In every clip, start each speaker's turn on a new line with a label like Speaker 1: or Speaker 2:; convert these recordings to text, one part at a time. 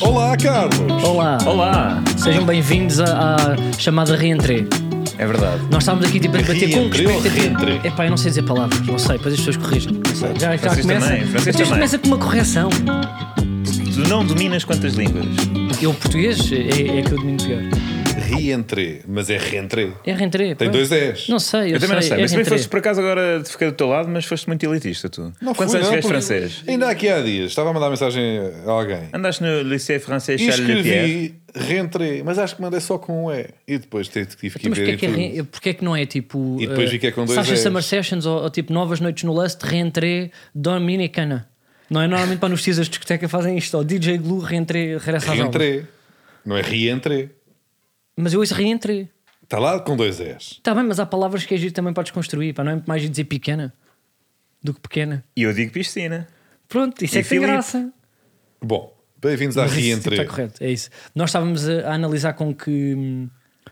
Speaker 1: Olá, Carlos!
Speaker 2: Olá.
Speaker 3: Olá!
Speaker 2: Sejam bem-vindos à, à chamada reentrée.
Speaker 3: É verdade.
Speaker 2: Nós estávamos aqui tipo a debater com
Speaker 3: Reentrée ou
Speaker 2: respeito
Speaker 3: reentrée?
Speaker 2: a... Epá, eu não sei dizer palavras, não sei, depois as pessoas corrigem. Não sei. Já, já
Speaker 3: Francisco
Speaker 2: começa.
Speaker 3: também, Francisco
Speaker 2: Mas depois
Speaker 3: também.
Speaker 2: começa com uma correção.
Speaker 3: Tu não dominas quantas línguas?
Speaker 2: Eu português é, é que eu domino pior.
Speaker 1: Reentré, mas é reentré.
Speaker 2: É reentrée.
Speaker 1: Tem
Speaker 2: pois.
Speaker 1: dois E's.
Speaker 2: Não sei, eu,
Speaker 3: também não sei.
Speaker 2: É
Speaker 3: mas se bem
Speaker 2: reentrée.
Speaker 3: foste por acaso agora fiquei do teu lado, mas foste muito elitista tu. Quantos
Speaker 1: fui,
Speaker 3: anos
Speaker 1: não,
Speaker 3: tiveste
Speaker 1: porque-
Speaker 3: francês?
Speaker 1: Ainda aqui há dias, estava a mandar mensagem a alguém.
Speaker 3: Andaste no Lycée Francês
Speaker 1: E
Speaker 3: Charles de Pierre.
Speaker 1: escrevi reentré, mas acho que mandei só com um E. E depois tive tive que
Speaker 2: Então, Mas
Speaker 1: ver
Speaker 2: porquê é
Speaker 1: e
Speaker 2: que, é,
Speaker 1: tudo.
Speaker 2: re- porquê é que não é tipo.
Speaker 1: E depois
Speaker 2: eh,
Speaker 1: vi que é com dois
Speaker 2: Sasha
Speaker 1: Ls.
Speaker 2: Summer Sessions ou, ou tipo Novas Noites no Lust, reentrée Dominicana. Não é normalmente para nos teasers de discoteca fazem isto, ou DJ Glue, reentrée, regressa às aulas.
Speaker 1: Reentré. Não é reentré.
Speaker 2: Mas eu ouço reentrée.
Speaker 1: Está lá com dois E's.
Speaker 2: Está bem, mas há palavras que é giro também para desconstruir, pá, não é muito mais giro dizer pequena do que pequena.
Speaker 3: E eu digo piscina.
Speaker 2: Pronto, isso
Speaker 3: E
Speaker 2: é que tem
Speaker 3: Filipe?
Speaker 2: graça.
Speaker 1: Bom, bem-vindos à
Speaker 2: Mas isso Está
Speaker 1: reentré.
Speaker 2: correto, é isso. Nós estávamos a, a analisar com que,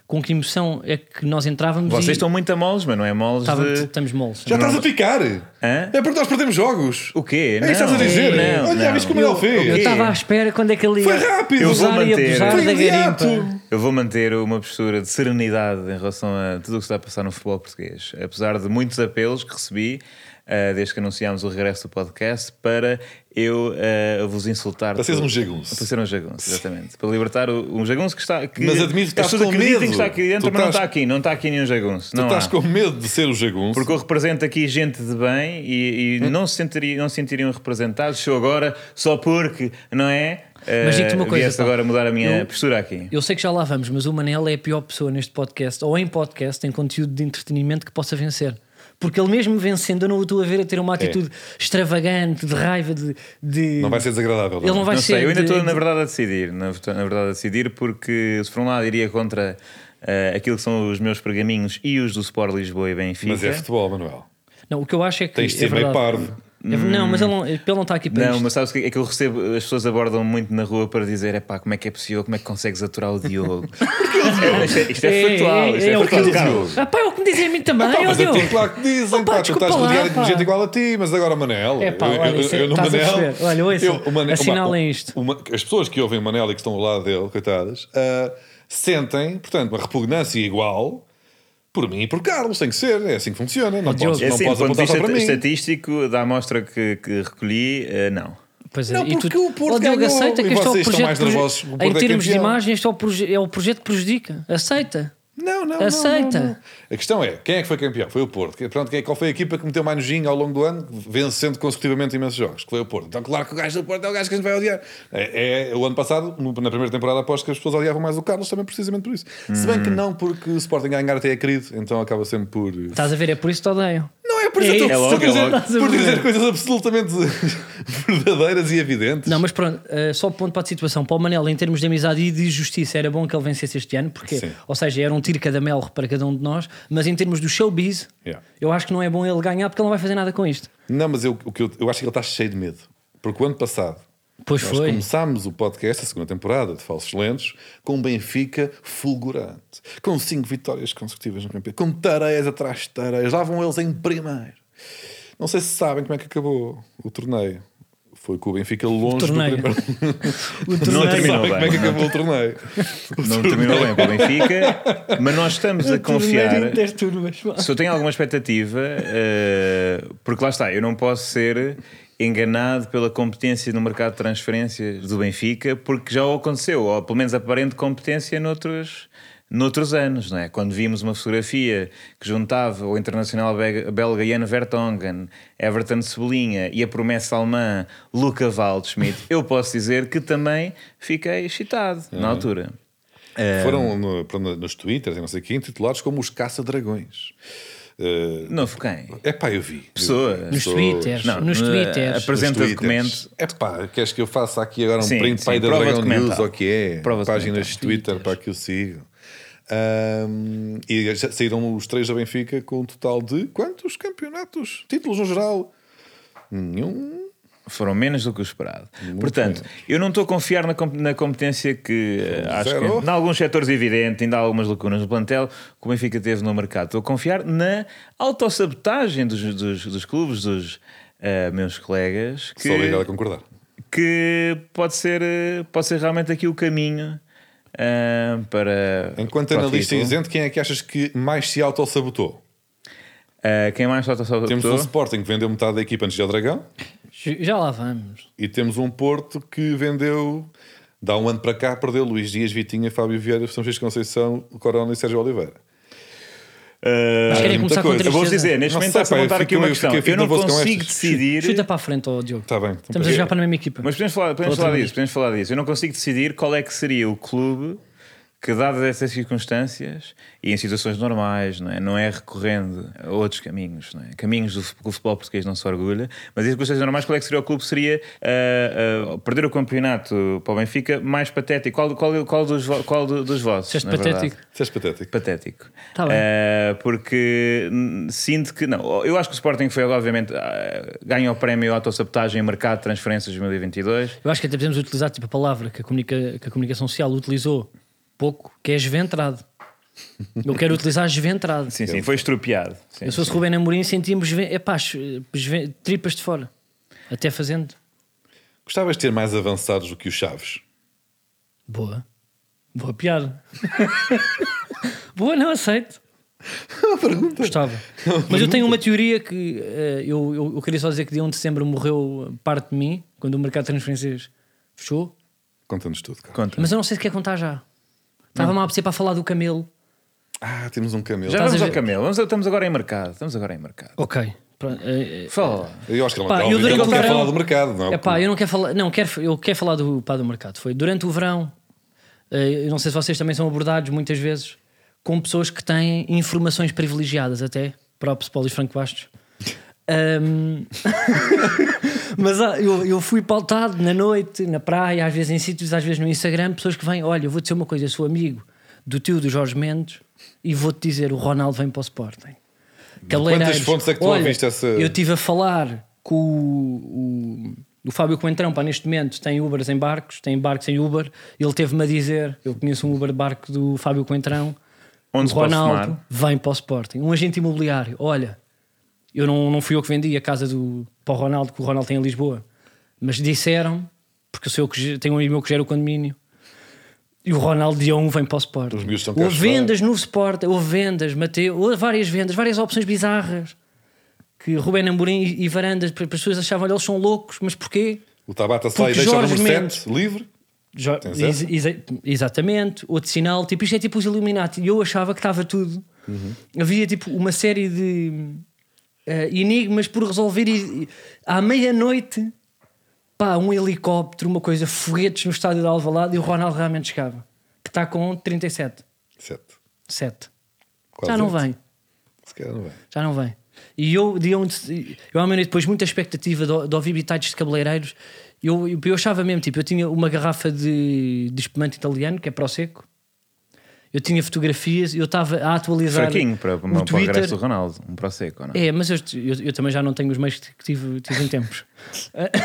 Speaker 2: com que emoção é que nós entrávamos
Speaker 3: Vocês
Speaker 2: e
Speaker 3: estão muito a moles, mas não é moles
Speaker 2: estávamos,
Speaker 3: de.
Speaker 2: estamos moles.
Speaker 1: Já estás a picar!
Speaker 3: Hã?
Speaker 1: É porque nós perdemos jogos.
Speaker 3: O quê?
Speaker 1: É isso que estás a dizer?
Speaker 3: Não,
Speaker 1: Olha, já
Speaker 3: não.
Speaker 1: viste como ele é fez.
Speaker 2: Eu estava à espera quando é que ele ia
Speaker 1: Foi rápido. Eu
Speaker 3: vou
Speaker 2: usar e
Speaker 3: manter.
Speaker 2: abusar
Speaker 1: Foi
Speaker 2: da
Speaker 1: imediato.
Speaker 2: garimpa.
Speaker 3: Eu vou manter uma postura de serenidade em relação a tudo o que está a passar no futebol português. Apesar de muitos apelos que recebi ah, desde que anunciámos o regresso do podcast para eu ah, vos insultar.
Speaker 1: Para seres
Speaker 3: por-
Speaker 1: um jagunço.
Speaker 3: Para ser um jagunço, exatamente. Para libertar o, um jagunço que está. Que
Speaker 1: Mas admito que
Speaker 3: as
Speaker 1: estás
Speaker 3: pessoas
Speaker 1: com
Speaker 3: acreditam
Speaker 1: medo.
Speaker 3: que está aqui dentro,
Speaker 1: Tu
Speaker 3: mas não
Speaker 1: estás-
Speaker 3: está aqui. Não está aqui nenhum jagunço.
Speaker 1: Tu
Speaker 3: não
Speaker 1: estás
Speaker 3: há.
Speaker 1: com medo de ser o jagunço.
Speaker 3: Porque eu represento aqui gente de bem e, e
Speaker 1: Hum?
Speaker 3: não, se sentiriam, não se sentiriam representados se eu agora, só porque, não é?
Speaker 2: Mas digo-te uma
Speaker 3: Ah,
Speaker 2: coisa,
Speaker 3: viesse
Speaker 2: pá.
Speaker 3: agora mudar a minha
Speaker 2: Eu-
Speaker 3: postura aqui.
Speaker 2: Eu sei que já lá vamos, mas o Manel é a pior pessoa neste podcast, ou em podcast, em conteúdo de entretenimento que possa vencer. Porque ele mesmo vencendo, eu não o estou a ver a ter uma atitude extravagante, de raiva, de. de-
Speaker 1: É. Não é? vai ser desagradável.
Speaker 2: Ele não vai
Speaker 3: não
Speaker 2: ser.
Speaker 3: sei, eu ainda
Speaker 2: de-
Speaker 3: estou na
Speaker 2: de-
Speaker 3: verdade a decidir, na, vota- na verdade a decidir, porque se por um lado iria contra eh, aquilo que são os meus pergaminhos e os do Sport Lisboa e Benfica.
Speaker 1: Mas é futebol, Manuel.
Speaker 2: Não, o que eu acho é que.
Speaker 1: Tens de
Speaker 2: é
Speaker 1: ser meio
Speaker 2: verdade.
Speaker 1: parvo.
Speaker 2: É ver- Não, mas ele não, ele não está aqui para
Speaker 3: Não,
Speaker 2: isto.
Speaker 3: mas sabes o que é que eu recebo? As pessoas abordam muito na rua para dizer: é pá, como é que é possível? Como é que consegues aturar o Diogo? É, isto, é, isto é factual. Isto é,
Speaker 2: o que
Speaker 3: factual.
Speaker 2: ele
Speaker 3: Carlos.
Speaker 2: diz. Ah, pá, é o que me dizem a mim também. ó,
Speaker 1: mas
Speaker 2: Diogo.
Speaker 1: é claro que dizem,
Speaker 2: Oh,
Speaker 1: pá, tu
Speaker 2: desculpa
Speaker 1: estás
Speaker 2: lá,
Speaker 1: rodeado
Speaker 2: pá.
Speaker 1: de gente igual a ti, mas agora o Manel.
Speaker 2: É pá, olha, isso é- estás a perceber. Olha, ouça, assinalem
Speaker 1: uma-
Speaker 2: isto.
Speaker 1: uma- as pessoas que ouvem o Manel e que estão ao lado dele, coitadas, ah, sentem, portanto, uma repugnância igual por mim e por Carlos. Tem que ser, é assim que funciona. Não
Speaker 2: Diogo.
Speaker 1: podes,
Speaker 3: É
Speaker 1: não
Speaker 3: assim, do
Speaker 1: podes
Speaker 3: ponto de
Speaker 1: apontar só para
Speaker 3: vista
Speaker 2: é
Speaker 1: mim.
Speaker 3: estatístico, da amostra que, que recolhi, eh, não.
Speaker 2: Pois é,
Speaker 1: Não,
Speaker 2: e tu,
Speaker 1: porque o Porto
Speaker 2: Oh, Diogo,
Speaker 1: ganhou
Speaker 2: aceita que
Speaker 1: e
Speaker 2: este é o
Speaker 1: vocês
Speaker 2: projeto.
Speaker 1: estão mais
Speaker 2: proje-
Speaker 1: nervosos, o Porto
Speaker 2: em
Speaker 1: é
Speaker 2: termos de
Speaker 1: campeão.
Speaker 2: imagem, este é o, proje- é o projeto que prejudica. Aceita.
Speaker 1: Não, não, não,
Speaker 2: Aceita.
Speaker 1: não, não. A questão é, quem é que foi campeão? Foi o Porto. Que- Pronto, quem, qual foi a equipa que meteu mais nojinho ao longo do ano, vencendo consecutivamente imensos jogos? Que foi o Porto. Então, claro que o gajo do Porto é o gajo que a gente vai odiar. É, é- o ano passado, no- na primeira temporada, aposto que as pessoas odiavam mais o Carlos também precisamente por isso. Se bem que não, porque o Sporting a ganhar até é querido, então acaba sempre por...
Speaker 2: Estás a ver, é por isso que te odeio.
Speaker 1: Não é por
Speaker 2: É
Speaker 1: isso,
Speaker 2: isso,
Speaker 1: eu estou- estou
Speaker 3: é logo,
Speaker 1: a
Speaker 3: é
Speaker 1: dizer-
Speaker 2: logo.
Speaker 1: por dizer coisas absolutamente verdadeiras e evidentes.
Speaker 2: Não, mas pronto, eh, só ponto para a situação. Para o Manel, em termos de amizade e de justiça, era bom que ele vencesse este ano, porque,
Speaker 1: Sim.
Speaker 2: ou seja, era um tiro cada melro para cada um de nós, mas em termos do showbiz,
Speaker 1: Yeah.
Speaker 2: eu acho que não é bom ele ganhar porque ele não vai fazer nada com isto.
Speaker 1: Não, mas eu, o que eu, eu acho que ele está cheio de medo. Porque o ano passado
Speaker 2: Pois
Speaker 1: nós
Speaker 2: foi.
Speaker 1: começámos o podcast, a segunda temporada de Falsos Lentos, com o Benfica fulgurante, com cinco vitórias consecutivas no campeonato, com tareias atrás de tareias, lá vão eles em primeiro. Não sei se sabem como é que acabou o torneio. Foi com o Benfica longe
Speaker 2: torneio.
Speaker 1: do primeiro.
Speaker 2: O
Speaker 3: Não
Speaker 2: torneio-
Speaker 3: terminou
Speaker 1: Sabem
Speaker 3: bem.
Speaker 1: como é que acabou o torneio.
Speaker 3: Não terminou bem para o Benfica, mas nós estamos a
Speaker 2: o torneio
Speaker 3: confiar.
Speaker 2: das turmas, pá.
Speaker 3: Se eu tenho alguma expectativa, eh, porque lá está, eu não posso ser enganado pela competência no mercado de transferências do Benfica, porque já o aconteceu, ou pelo menos aparente competência noutros, noutros anos, não é? Quando vimos uma fotografia que juntava o internacional be- belga Jan Vertonghen, Everton Cebolinha e a promessa alemã Luca Waldschmidt, eu posso dizer que também fiquei excitado
Speaker 2: Uhum.
Speaker 3: na altura.
Speaker 2: É.
Speaker 1: Foram no- pronto, nos Twitters e não sei o quê, intitulados como os Caça-Dragões.
Speaker 3: Não fiquei.
Speaker 1: É pá, eu vi.
Speaker 3: Pessoa.
Speaker 2: Nos Twitters,
Speaker 3: Não,
Speaker 2: nos
Speaker 3: eh,
Speaker 2: Twitters.
Speaker 3: Apresenta
Speaker 1: Os
Speaker 3: documento.
Speaker 1: twitters. É pá, queres que eu faça aqui agora um
Speaker 3: Sim,
Speaker 1: print
Speaker 3: sim,
Speaker 1: para ir da
Speaker 3: prova
Speaker 1: Dragon
Speaker 3: documental.
Speaker 1: News ou o que é?
Speaker 3: Prova
Speaker 1: Páginas de Twitter para que eu siga. Ahm, e já saíram os três da Benfica com um total de quantos campeonatos? Títulos no geral? Nenhum.
Speaker 3: Foram menos do que o esperado. Portanto, eu não estou a confiar na, com- na competência que eh, acho
Speaker 1: Zero.
Speaker 3: que, em alguns setores, evidente, ainda há algumas lacunas no plantel, que o Benfica teve no mercado. Estou a confiar na autossabotagem dos, dos, dos clubes, dos eh, meus colegas,
Speaker 1: Sou
Speaker 3: que,
Speaker 1: obrigado a concordar.
Speaker 3: que pode ser, eh, pode ser realmente aqui o caminho ah, para.
Speaker 1: Enquanto
Speaker 3: para o
Speaker 1: analista
Speaker 3: título.
Speaker 1: isento, quem é que achas que mais se autossabotou?
Speaker 3: Ah, quem mais falta só
Speaker 1: Temos um Sporting que vendeu metade da equipa antes de ao Dragão
Speaker 2: Já lá vamos.
Speaker 1: e temos um Porto que vendeu, dá um ano para cá, perdeu Luís Dias, Vitinha, Fábio Vieira, São Francisco Conceição, Corona e Sérgio Oliveira.
Speaker 2: Mas querem começar
Speaker 1: muita
Speaker 2: com
Speaker 1: coisa.
Speaker 2: tristeza.
Speaker 3: Eu vou dizer, neste
Speaker 1: Não
Speaker 3: momento
Speaker 1: sei,
Speaker 3: está-se a
Speaker 1: pá, eu
Speaker 3: montar aqui
Speaker 1: fico-
Speaker 3: uma
Speaker 1: eu
Speaker 3: questão.
Speaker 1: fiquei
Speaker 3: Eu não
Speaker 1: nervoso com
Speaker 3: consigo
Speaker 1: estas.
Speaker 3: decidir.
Speaker 2: Chuta para a frente, ó Diogo.
Speaker 3: Tá
Speaker 1: Está bem. então
Speaker 2: Estamos a
Speaker 1: peraí.
Speaker 2: jogar para a mesma equipa.
Speaker 3: Mas podemos falar, podemos
Speaker 2: Outra
Speaker 3: falar
Speaker 2: vez.
Speaker 3: disso, podemos falar disso. Eu não consigo decidir qual é que seria o clube que, dadas essas circunstâncias e em situações normais, não é, não é recorrendo a outros caminhos, não é? caminhos do fu- que o futebol português não se orgulha, mas em circunstâncias normais, qual é que seria o clube? que Seria ah, ah, perder o campeonato para o Benfica mais patético? Qual, qual, qual, dos, vo- qual do- dos vossos?
Speaker 2: Disseste
Speaker 3: na verdade?
Speaker 2: patético.
Speaker 1: Disseste patético.
Speaker 3: Patético.
Speaker 2: Tá bem.
Speaker 3: Eh, porque hum, sinto que. Não, eu acho que o Sporting foi, obviamente, ah, ganha o prémio Autossabotagem em Mercado de Transferências 2022.
Speaker 2: Eu acho que até podemos utilizar tipo, a palavra que a, comunica- que a comunicação social utilizou pouco, que é esventrado. Eu quero utilizar esventrado.
Speaker 3: Sim, sim, foi estrupiado. Sim,
Speaker 2: Eu se fosse Rubén Amorim sentimos epá, ch- esven- tripas de fora. Até fazendo.
Speaker 1: Gostavas de ter mais avançados do que o Chaves?
Speaker 2: Boa. Boa piada. Boa, não aceito. É pergunta. Gostava. Mas eu tenho uma teoria que eh, eu, eu, eu queria só dizer que dia 1 de dezembro morreu parte de mim, quando o mercado de transferências fechou.
Speaker 1: Conta-nos tudo, cara.
Speaker 3: Conta.
Speaker 2: Mas eu não sei é se quer contar já. Estava-me a apetecer para falar do camelo.
Speaker 1: Ah, temos um camelo.
Speaker 3: Já
Speaker 2: Estás
Speaker 3: vamos
Speaker 2: a
Speaker 3: ao
Speaker 2: ver-
Speaker 3: Camelo. Vamos, estamos agora em mercado. Estamos agora em mercado.
Speaker 2: Ok. Pronto, eh, eh,
Speaker 3: Fala.
Speaker 1: Eu acho que ele
Speaker 2: Pá,
Speaker 1: não,
Speaker 2: eu
Speaker 1: quer- ele
Speaker 2: durante
Speaker 1: não
Speaker 2: o
Speaker 1: quer
Speaker 2: verão-
Speaker 1: falar do mercado, não é?
Speaker 2: Epá, eu não quero falar, não, quero, eu quero falar do, pá, do mercado. Foi durante o verão, eh, eu não sei se vocês também são abordados muitas vezes com pessoas que têm informações privilegiadas, até próprios Paulo e Franco Bastos. Ahm, mas ah, eu, eu fui pautado na noite, na praia, às vezes em sítios, às vezes no Instagram, pessoas que vêm, olha, eu vou dizer uma coisa, eu sou amigo do tio do Jorge Mendes e vou-te dizer, o Ronaldo vem para o Sporting. Cabeleireiros,
Speaker 1: fontes é que tu
Speaker 2: olha,
Speaker 1: ouviste essa-
Speaker 2: Eu estive a falar com o, o, o Fábio Coentrão, pá, neste momento tem Ubers em barcos, tem barcos em Uber, ele teve-me a dizer, eu conheço um Uber barco do Fábio Coentrão,
Speaker 3: Onde
Speaker 2: o
Speaker 3: se pode
Speaker 2: Ronaldo
Speaker 3: fumar.
Speaker 2: vem para o Sporting. Um agente imobiliário, olha, eu não, não fui eu que vendi a casa do, para o Ronaldo, que o Ronaldo tem em Lisboa, mas disseram, porque eu sou eu que ge- tenho um amigo meu que gera o condomínio, e o Ronaldo dia 1 vem para o Sporting.
Speaker 1: Os miúdos estão cá a
Speaker 2: Houve
Speaker 1: chorar.
Speaker 2: vendas no Sporting, houve vendas, Mateu, houve várias vendas, várias opções bizarras. Que Rubén Amorim e e Varandas, para- para as pessoas achavam, olha, eles são loucos, mas porquê?
Speaker 1: O Tabata sai e
Speaker 2: Porque
Speaker 1: deixa o
Speaker 2: Jorge
Speaker 1: número
Speaker 2: Mendes-
Speaker 1: 7 livre.
Speaker 2: Jo-
Speaker 1: Tens essa?
Speaker 2: ex- exa- exatamente, outro sinal, tipo, isto é tipo os Illuminati. E eu achava que estava tudo.
Speaker 1: Uhum.
Speaker 2: Havia tipo uma série de eh, enigmas por resolver e, e à meia-noite, pá, um helicóptero, uma coisa, foguetes no estádio de Alvalade e o Ronaldo realmente chegava, que está com 37,
Speaker 1: 7.
Speaker 2: 7.
Speaker 1: Quase
Speaker 2: Já não
Speaker 1: oito.
Speaker 2: vem
Speaker 1: Se calhar não vem.
Speaker 2: já não vem. E eu, de onde, eu à meia-noite, depois, muita expectativa de, de ouvir bitites de cabeleireiros. Eu, eu, eu achava mesmo, tipo, eu tinha uma garrafa de, de espumante italiano, que é Pro Seco. Eu tinha fotografias, eu estava a atualizar.
Speaker 3: Um Fraquinho para,
Speaker 2: o
Speaker 3: para o
Speaker 2: Twitter.
Speaker 3: regresso do Ronaldo. Um prosecco, não é?
Speaker 2: É, mas eu, eu- eu também já não tenho os meios que tive, tive em tempos.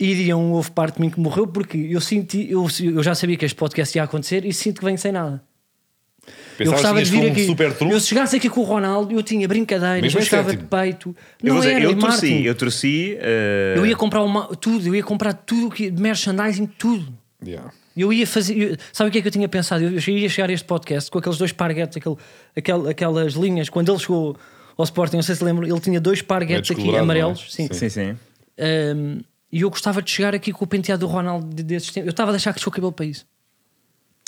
Speaker 2: e dia um houve parte de mim que morreu porque eu senti, eu, eu já sabia que este podcast ia acontecer e sinto que venho sem nada. eu
Speaker 1: Pensavas que
Speaker 2: gostava
Speaker 1: tinhas
Speaker 2: de vir
Speaker 1: um
Speaker 2: aqui.
Speaker 1: super truque.
Speaker 2: eu se chegasse aqui com o Ronaldo, eu tinha brincadeiras,
Speaker 1: Mesmo
Speaker 2: eu
Speaker 1: em
Speaker 2: gostava de
Speaker 1: sétimo.
Speaker 2: peito.
Speaker 3: Eu,
Speaker 2: Não
Speaker 3: vou dizer,
Speaker 2: era,
Speaker 3: eu
Speaker 2: e
Speaker 3: torci,
Speaker 2: marketing.
Speaker 3: eu torci. ah,
Speaker 2: Eu ia comprar uma, tudo, eu ia comprar tudo, o que, merchandising, tudo.
Speaker 1: Yeah.
Speaker 2: Eu ia fazer. eu- sabe o que é que eu tinha pensado? Eu, eu ia chegar a este podcast com aqueles dois parguetes, aquele, aquel- aquelas linhas. Quando ele chegou ao Sporting, não sei se lembram, ele tinha dois parguetes
Speaker 1: Meio
Speaker 2: aqui
Speaker 1: descolorado,
Speaker 2: amarelos.
Speaker 1: não é?
Speaker 2: Sim.
Speaker 3: Sim, sim.
Speaker 2: Ahm, e eu gostava de chegar aqui com o penteado do Ronaldo de- desses tempos. Eu estava a deixar crescer o cabelo para isso.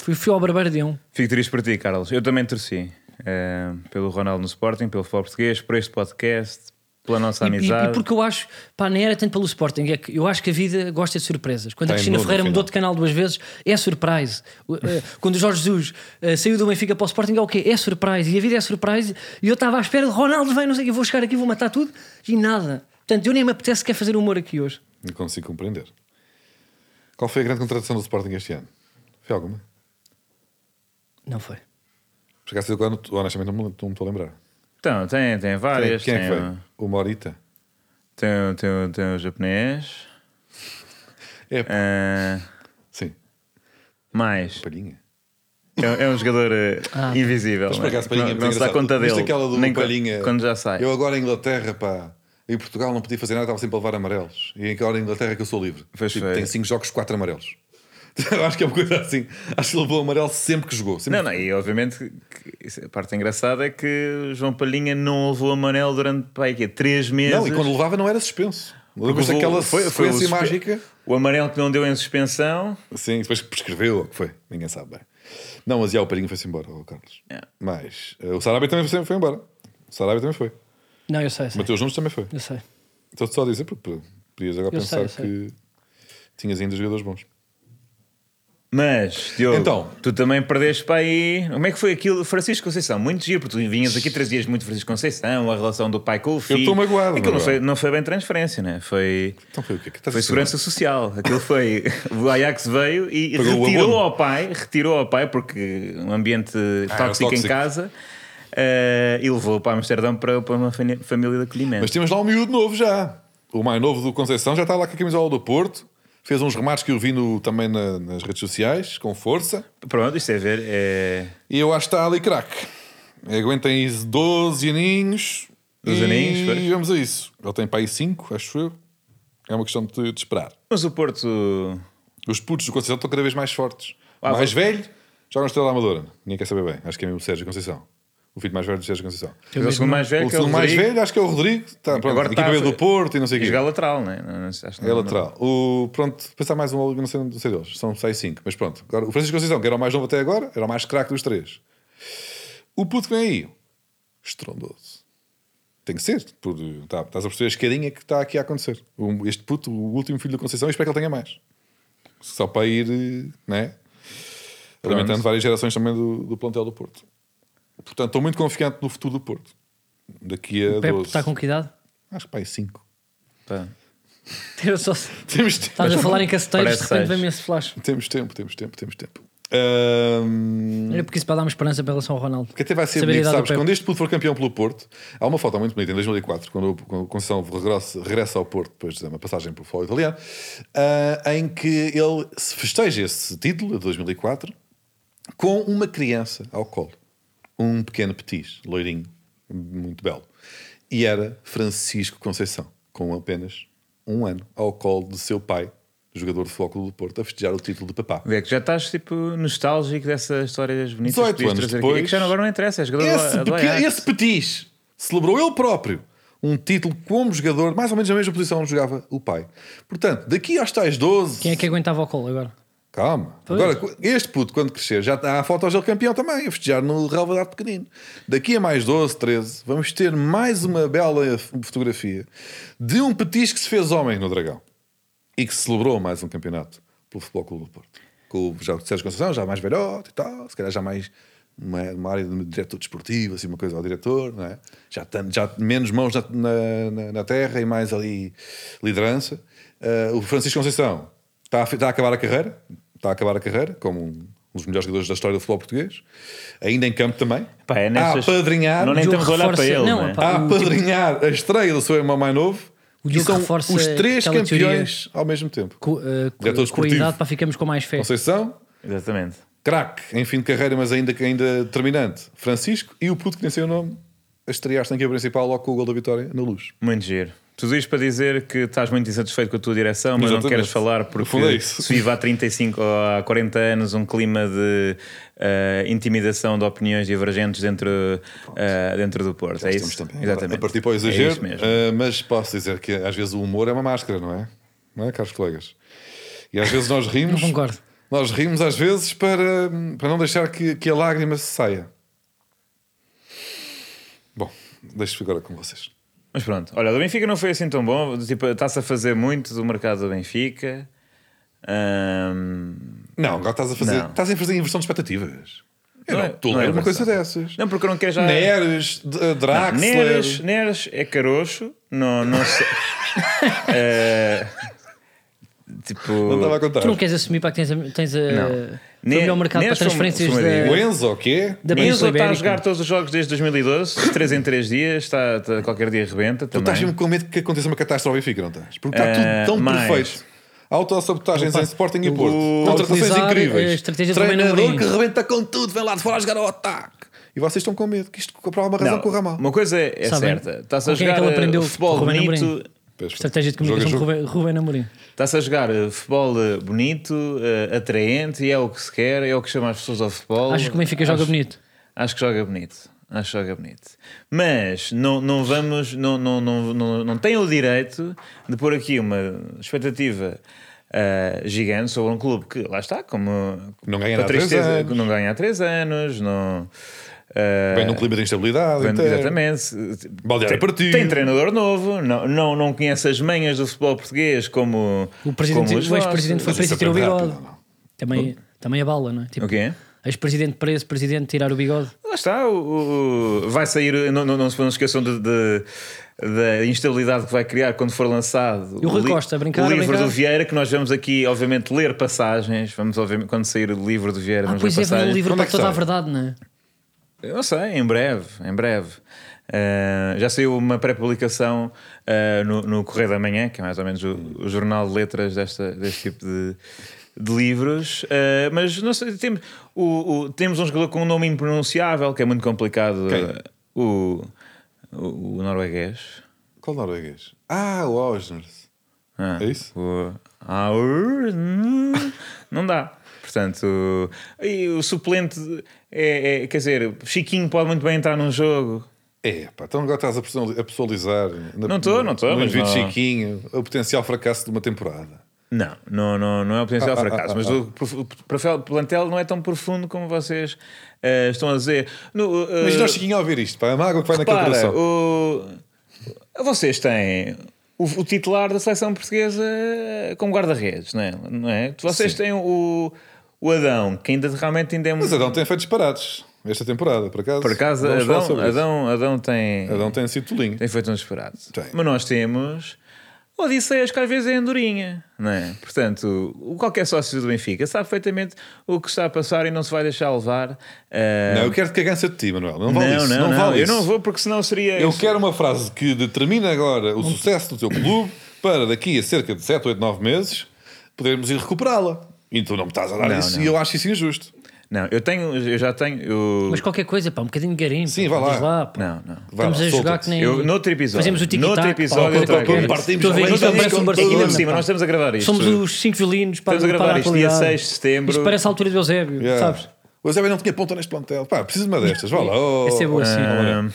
Speaker 2: Fui, fui ao barbeiro de um.
Speaker 3: Fico triste por ti, Carlos. Eu também torci. ah, pelo Ronaldo no Sporting, pelo futebol português, por este podcast, pela nossa
Speaker 2: E- E,
Speaker 3: amizade.
Speaker 2: e porque eu acho, pá, nem era tanto pelo Sporting, é que eu acho que a vida gosta de surpresas. Quando a
Speaker 1: Tem
Speaker 2: Cristina
Speaker 1: Nuno,
Speaker 2: Ferreira mudou
Speaker 1: afinal.
Speaker 2: de canal duas vezes, é surprise. O- eh, Quando o Jorge Jesus eh, saiu do Benfica para o Sporting, é o quê? É surprise. E a vida é surprise. E eu estava à espera de Ronaldo, vem, não sei o quê, vou chegar aqui, vou matar tudo e nada. Portanto, eu nem me apetece sequer fazer humor aqui hoje.
Speaker 1: Não consigo compreender. Qual foi a grande contratação do Sporting este ano? Foi alguma?
Speaker 2: Não foi.
Speaker 1: Por acaso, agora, não- honestamente, não me lembro- não me estou a lembrar.
Speaker 3: Então, tem, tem várias.
Speaker 1: Quem é que
Speaker 3: tem, um,
Speaker 1: foi? O Morita?
Speaker 3: Tem, o- tem, o- tem o japonês.
Speaker 1: É, pá.
Speaker 3: ah,
Speaker 1: sim.
Speaker 3: mais.
Speaker 1: Palhinha.
Speaker 3: É, é um jogador eh, invisível.
Speaker 1: Mas por
Speaker 3: não é?
Speaker 1: acaso, Palhinha é
Speaker 3: não,
Speaker 1: muito
Speaker 3: não se dá
Speaker 1: engraçado.
Speaker 3: conta
Speaker 1: Viste
Speaker 3: dele.
Speaker 1: aquela do
Speaker 3: nem
Speaker 1: Palhinha?
Speaker 3: Quando já sai.
Speaker 1: Eu agora em Inglaterra, pá. E Portugal não podia fazer nada, estava sempre a levar amarelos. E agora em Inglaterra que eu sou livre.
Speaker 3: Pois
Speaker 1: Tipo,
Speaker 3: foi.
Speaker 1: tem 5 jogos, 4 amarelos. Eu acho que é uma coisa assim. Acho que ele levou amarelo sempre que jogou. Sempre
Speaker 3: Não, não, e obviamente que- que isso- a parte engraçada é que o João Palhinha não levou amarelo durante pá, aí, quê, três meses.
Speaker 1: Não, e quando levava não era suspenso. Lembras
Speaker 3: Levou-
Speaker 1: daquela
Speaker 3: foi- foi
Speaker 1: sequência
Speaker 3: o suspe-
Speaker 1: assim mágica?
Speaker 3: O amarelo que não deu em suspensão.
Speaker 1: Sim, depois prescreveu ou o que foi. Ninguém sabe bem. Não, mas já o Perinho foi-se embora, o Carlos.
Speaker 3: É.
Speaker 1: Mas eh, o Sarabia também foi, foi embora. O Sarabia também foi.
Speaker 2: Não, eu sei, eu sei.
Speaker 1: Mateus Nunes também foi.
Speaker 2: Eu sei.
Speaker 1: Estou-te só a dizer porque podias agora
Speaker 2: Eu
Speaker 1: pensar
Speaker 2: sei, eu
Speaker 1: que tinhas ainda jogadores bons.
Speaker 3: Mas, Diogo,
Speaker 1: Então.
Speaker 3: tu também perdeste para aí. Como é que foi aquilo? Francisco Conceição, muito giro, porque tu vinhas aqui trazias muito Francisco Conceição, a relação do pai com o filho.
Speaker 1: estou magoado,
Speaker 3: Aquilo não
Speaker 1: magoado.
Speaker 3: foi, não foi bem transferência, né? Foi.
Speaker 1: Então foi o quê? Que estás a
Speaker 3: Foi
Speaker 1: dizer?
Speaker 3: segurança social. Aquilo foi. O Ajax veio e
Speaker 1: Pagou o
Speaker 3: retirou
Speaker 1: abono.
Speaker 3: ao pai, retirou ao pai, porque um ambiente
Speaker 1: Ah, era
Speaker 3: tóxico em
Speaker 1: tóxico.
Speaker 3: casa, eh, e levou para Amsterdão para, para uma fami- família de acolhimento.
Speaker 1: Mas temos lá um miúdo novo já. O mais novo do Conceição já está lá com a camisola do Porto. Fez uns remates que eu vi no- também na- nas redes sociais, com força.
Speaker 3: Pronto, isto é ver. É...
Speaker 1: E eu acho que está ali craque. Aguentem aí 12 aninhos.
Speaker 3: 12
Speaker 1: e
Speaker 3: aninhos, pois.
Speaker 1: vamos a isso. Ele tem para aí 5, acho eu. É uma questão de, de esperar.
Speaker 3: Mas o Porto.
Speaker 1: Os putos do Conceição estão cada vez mais fortes. O
Speaker 3: Ah,
Speaker 1: mais velho, joga na Estrela da Amadora. Ninguém quer saber bem. Acho que é mesmo o Sérgio Conceição. O filho mais velho do Sérgio Conceição.
Speaker 3: o segundo mais velho,
Speaker 1: o
Speaker 3: que é o
Speaker 1: segundo mais
Speaker 3: Rodrigo,
Speaker 1: velho, acho que é o Rodrigo. Tá, pronto.
Speaker 3: Agora
Speaker 1: Agora
Speaker 3: tá a
Speaker 1: Equipa B do
Speaker 3: fazer-
Speaker 1: Porto e não sei o
Speaker 3: e
Speaker 1: quê.
Speaker 3: jogar lateral, né? Não, não, acho que
Speaker 1: É
Speaker 3: não-
Speaker 1: lateral. O, pronto, pensar mais um logo, não sei, não sei deles. São 6, 5. Mas pronto. Agora, o Francisco Conceição, que era o mais novo até agora, era o mais craque dos três. O puto que vem aí, estrondoso. Tem que ser. Por, tá, estás a perceber a escadinha que está aqui a acontecer. O- este puto, o último filho da Conceição, eu espero que ele tenha mais. Só para ir, eh, né? Alimentando várias gerações também do, do plantel do Porto. Portanto, estou muito confiante no futuro do Porto. Daqui a
Speaker 2: O Pepe
Speaker 1: 12.
Speaker 2: está com que idade?
Speaker 1: Acho que para aí 5.
Speaker 3: Pá.
Speaker 2: Eu só sei.
Speaker 1: Temos
Speaker 2: Estás a falar em caceteiros, de
Speaker 3: Parece
Speaker 2: repente
Speaker 3: seis.
Speaker 2: vem-me esse flash.
Speaker 1: Temos tempo, temos tempo, temos tempo. Ahm,
Speaker 2: Era porque isso para dar uma esperança em relação ao Ronaldo.
Speaker 1: que até vai ser
Speaker 2: Saber a
Speaker 1: bonito,
Speaker 2: idade do
Speaker 1: sabes?
Speaker 2: Pepe.
Speaker 1: Quando este puto for campeão pelo Porto, há uma foto muito bonita em 2004, quando o- quando o Conceição regressa, regressa ao Porto, depois de uma passagem pelo futebol italiano, ah, em que ele se festeja esse título de 2004 com uma criança ao colo. Um pequeno petis, loirinho, muito belo. E era Francisco Conceição, com apenas um ano, ao colo de seu pai, jogador de futebol do Porto, a festejar o título de papá.
Speaker 3: É que já estás tipo nostálgico dessa história das bonitas
Speaker 1: 18
Speaker 3: que podias
Speaker 1: anos
Speaker 3: trazer aqui.
Speaker 1: depois.
Speaker 3: É que já não- agora não interessa, é jogador
Speaker 1: Esse,
Speaker 3: do, do
Speaker 1: pequeno-
Speaker 3: Ajax.
Speaker 1: esse petis celebrou ele próprio um título como jogador, mais ou menos na mesma posição onde jogava o pai. Portanto, daqui aos tais 12.
Speaker 2: Quem é que aguentava o colo agora?
Speaker 1: Calma.
Speaker 2: Pois.
Speaker 1: Agora, este puto, quando crescer, já há fotos dele campeão também, a festejar no Real Valladolid pequenino. Daqui a mais 12, 13, vamos ter mais uma bela fotografia de um petis que se fez homem no Dragão e que celebrou mais um campeonato pelo Futebol Clube do Porto. Com o já o Sérgio Conceição, já mais velhote e tal, se calhar já mais uma, uma área de diretor desportivo, assim, uma coisa ao diretor, não é? já, tam- já menos mãos na, na- na- na terra e mais ali liderança. Ah, o Francisco Conceição está a, fi- está a acabar a carreira, está a acabar a carreira como um, um dos melhores jogadores da história do futebol português, ainda em campo também.
Speaker 3: Pá, é nessas-
Speaker 1: A apadrinhar,
Speaker 3: Não nem
Speaker 2: Diogo
Speaker 3: estamos a olhar para
Speaker 2: reforça-
Speaker 3: ele.
Speaker 2: não,
Speaker 3: Não, é?
Speaker 2: pá.
Speaker 1: a
Speaker 2: o
Speaker 1: apadrinhar a estreia do seu irmão mais novo,
Speaker 2: O
Speaker 1: que
Speaker 2: Diogo
Speaker 1: são
Speaker 2: reforça
Speaker 1: os três
Speaker 2: aquela teoria-
Speaker 1: campeões ao mesmo tempo.
Speaker 2: Co- eh, co-
Speaker 1: Diretor
Speaker 2: com a
Speaker 1: desportivo.
Speaker 2: idade para ficarmos com mais fé.
Speaker 1: Conceição,
Speaker 3: Exatamente.
Speaker 1: craque, em fim de carreira, mas ainda, ainda terminante, Francisco, e o puto que nem sei o nome, a estrear-se na equipa principal logo com o gol da vitória na luz.
Speaker 3: Muito giro. Tudo isto para dizer que estás muito insatisfeito com a tua direção, mas não
Speaker 1: Exatamente.
Speaker 3: queres falar
Speaker 1: No fundo é
Speaker 3: porque
Speaker 1: isso.
Speaker 3: se vive há 35 ou há 40 anos um clima de eh, intimidação de opiniões divergentes dentro, eh, dentro do Porto. é isso?
Speaker 1: Estamos também
Speaker 3: Exatamente.
Speaker 1: A partir para o
Speaker 3: É
Speaker 1: exagero,
Speaker 3: isso mesmo.
Speaker 1: ah, mas posso dizer que às vezes o humor é uma máscara, não é? Não é, caros colegas? E às vezes nós rimos.
Speaker 2: Não concordo.
Speaker 1: Nós rimos às vezes para, para não deixar que, que a lágrima se saia. Bom, deixo agora com vocês.
Speaker 3: Mas pronto, olha, o do Benfica não foi assim tão bom. Tipo, está-se a fazer muito do mercado do Benfica. Ahm,
Speaker 1: Não, agora estás a fazer.
Speaker 3: Não.
Speaker 1: Estás a fazer inversão de expectativas. Eu
Speaker 3: Não
Speaker 1: não,
Speaker 3: é-
Speaker 1: estou
Speaker 3: não é
Speaker 1: a ler uma coisa
Speaker 3: inversão.
Speaker 1: dessas.
Speaker 3: não, porque eu não quero já.
Speaker 1: Neres, D-
Speaker 3: Não,
Speaker 1: Draxler.
Speaker 3: Neres, Neres é caroxo, não, não sei. Eh, tipo.
Speaker 1: Não estava a contar.
Speaker 2: Tu não queres assumir para que tens a, tens a,
Speaker 3: Não.
Speaker 2: o melhor mercado para
Speaker 3: Neres foi uma-
Speaker 2: transferências
Speaker 3: foi uma
Speaker 2: da-
Speaker 1: O Enzo, o quê?
Speaker 2: da
Speaker 3: Enzo
Speaker 2: Península
Speaker 3: está a
Speaker 2: Ibérica?
Speaker 3: jogar todos os jogos desde 2012, 3 em 3 dias, está, está- qualquer dia rebenta.
Speaker 1: Tu estás
Speaker 3: também.
Speaker 1: mesmo com medo que aconteça uma catástrofe e fica, não estás? Porque está
Speaker 3: Eh,
Speaker 1: tudo tão
Speaker 3: mais.
Speaker 1: perfeito. Autossabotagens em Sporting e
Speaker 2: o-
Speaker 1: Porto. Contratações
Speaker 2: utilizar, eh,
Speaker 1: incríveis.
Speaker 2: estratégias do Ruben
Speaker 1: Treinador
Speaker 2: Amorim.
Speaker 1: que rebenta com tudo, vem lá de fora jogar ao ataque. E vocês estão com medo, que isto por alguma razão
Speaker 3: Não,
Speaker 1: com o Ramal.
Speaker 3: Uma coisa é
Speaker 2: Sabem,
Speaker 3: certa. Estás a
Speaker 2: com quem é que
Speaker 3: jogar
Speaker 2: ele aprendeu
Speaker 3: eh, futebol
Speaker 2: com o Rubén
Speaker 3: bonito.
Speaker 2: Amorim? Estratégia de comunicação de Ruben, Ruben Amorim.
Speaker 3: Está-se a jogar eh, futebol eh, bonito, eh, atraente, e é o que se quer, é o que chama as pessoas ao futebol.
Speaker 2: Achas que o Benfica joga
Speaker 3: Acho-
Speaker 2: bonito?
Speaker 3: Acho que joga bonito. Acho que joga bonito. Mas não, não vamos, não, não, não, não, não tem o direito de pôr aqui uma expectativa ah, gigante sobre um clube que, lá está, como
Speaker 1: Não ganha
Speaker 3: com
Speaker 1: há três
Speaker 3: tristeza,
Speaker 1: anos.
Speaker 3: não ganha há três anos, não. ah,
Speaker 1: Bem, num clima de instabilidade.
Speaker 3: Portanto,
Speaker 1: inteiro.
Speaker 3: Exatamente.
Speaker 1: Baldear
Speaker 3: tem,
Speaker 1: é partido.
Speaker 3: tem treinador novo, não, não, não conhece as manhas do futebol português como.
Speaker 2: O, presidente-
Speaker 3: como os
Speaker 2: o ex-presidente foi
Speaker 1: Mas
Speaker 2: preso
Speaker 1: isso
Speaker 2: e tirou o
Speaker 1: é bem
Speaker 2: bigode.
Speaker 1: rápido, não?
Speaker 2: Também, também a bala, não é? Tipo,
Speaker 3: O quê?
Speaker 2: Ex-presidente preso, presidente tirar o bigode.
Speaker 3: Lá está, o, o- vai sair, não, não, não se não se esqueçam de- de- da instabilidade que vai criar quando for lançado
Speaker 2: E o Rui
Speaker 3: li-
Speaker 2: Costa, a brincar,
Speaker 3: o
Speaker 2: a
Speaker 3: livro
Speaker 2: brincar.
Speaker 3: do Vieira, que nós vamos aqui, obviamente, ler passagens. Vamos, obviamente, quando sair o livro do Vieira,
Speaker 2: Ah,
Speaker 3: vamos
Speaker 2: pois
Speaker 3: ler
Speaker 2: é, vai um
Speaker 3: passagens.
Speaker 2: livro
Speaker 1: Quando
Speaker 2: para
Speaker 1: é que
Speaker 2: toda a
Speaker 1: sai?
Speaker 2: verdade, não é?
Speaker 3: Eu não sei, em breve, em breve. Ah, já saiu uma pré-publicação ah, no, no Correio da Manhã, que é mais ou menos o, o jornal de letras desta, deste tipo de, de livros. Ah, mas não sei, temos, o- o- temos um jogador com um nome impronunciável, que é muito complicado.
Speaker 1: Quem?
Speaker 3: Ah, O, o, o norueguês.
Speaker 1: Qual norueguês? Ah, o Osners.
Speaker 3: Ah,
Speaker 1: É isso?
Speaker 3: o- Ah, ur- hum, não dá. Portanto, o, e o suplente é- é- quer dizer, Chiquinho pode muito bem entrar num jogo.
Speaker 1: É, pá, então agora estás a personali- a pessoalizar. na-
Speaker 3: Não tô, não tô,
Speaker 1: No
Speaker 3: mas
Speaker 1: indivíduo
Speaker 3: não.
Speaker 1: Chiquinho, o potencial fracasso de uma temporada.
Speaker 3: Não, não, não, não é o potencial
Speaker 1: Ah, ah,
Speaker 3: fracasso,
Speaker 1: ah,
Speaker 3: mas
Speaker 1: ah.
Speaker 3: o prof- o prof- plantel não é tão profundo como vocês eh, estão a dizer. No, eh,
Speaker 1: Mas nós Chiquinho a ouvir isto, pá, a mágoa que vai naquele
Speaker 3: repara,
Speaker 1: coração.
Speaker 3: o- vocês têm o, o titular da seleção portuguesa como guarda-redes, não é? não é? Vocês têm o, o Adão, que ainda realmente ainda é muito.
Speaker 1: Mas Adão tem feito disparados esta temporada, por acaso.
Speaker 3: Por acaso,
Speaker 1: Vamos falar
Speaker 3: Adão,
Speaker 1: sobre isso.
Speaker 3: Adão, Adão tem.
Speaker 1: Adão tem sido tolinho.
Speaker 3: Tem feito um desesperado.
Speaker 1: Tem.
Speaker 3: Mas nós temos Odisseias que às vezes é andorinha, não é? Portanto, o- qualquer sócio do Benfica sabe perfeitamente o que está a passar e não se vai deixar levar. Ah,
Speaker 1: Não, eu quero que cagança de ti, Manuel. Não
Speaker 3: não,
Speaker 1: vale isso.
Speaker 3: não,
Speaker 1: Não,
Speaker 3: não.
Speaker 1: vale
Speaker 3: eu
Speaker 1: isso.
Speaker 3: não vou porque senão seria.
Speaker 1: Eu quero uma frase que determine agora o sucesso do teu clube para daqui a cerca de 7, 8, 9 meses podermos ir recuperá-la. E tu não me estás a dar
Speaker 3: Não,
Speaker 1: isso
Speaker 3: não.
Speaker 1: e eu acho isso injusto.
Speaker 3: Não, eu tenho, eu já tenho. eu-
Speaker 2: Mas qualquer coisa, pá, um bocadinho de garimpo.
Speaker 1: Sim,
Speaker 2: pá,
Speaker 1: vá lá.
Speaker 2: diz pá.
Speaker 3: Não, não.
Speaker 1: Vá
Speaker 2: Estamos
Speaker 1: lá,
Speaker 2: a jogar
Speaker 1: solta-te.
Speaker 2: que nem.
Speaker 3: Eu, noutro episódio.
Speaker 2: Fazemos o tic-tac.
Speaker 3: Noutro
Speaker 2: pá,
Speaker 3: episódio
Speaker 2: qualquer
Speaker 3: eu trago
Speaker 2: coisa.
Speaker 3: isso.
Speaker 1: Compartimos
Speaker 2: Estou a ver
Speaker 1: já
Speaker 2: isto,
Speaker 1: bem,
Speaker 2: parece um
Speaker 1: já bem.
Speaker 2: Barcelona,
Speaker 1: Aqui lá em
Speaker 3: cima,
Speaker 2: pá.
Speaker 3: nós estamos a gravar isto.
Speaker 2: Somos os 5 violinos para
Speaker 3: Estamos a gravar
Speaker 2: para
Speaker 3: isto dia
Speaker 2: atualidade.
Speaker 3: 6 de setembro.
Speaker 2: Isto parece a altura do Eusébio,
Speaker 1: Yeah.
Speaker 2: sabes?
Speaker 1: O Eusébio não tinha ponta neste plantel. Pá, preciso de uma destas. Vá lá. Oh,
Speaker 2: Essa é boa, sim.
Speaker 3: Ah,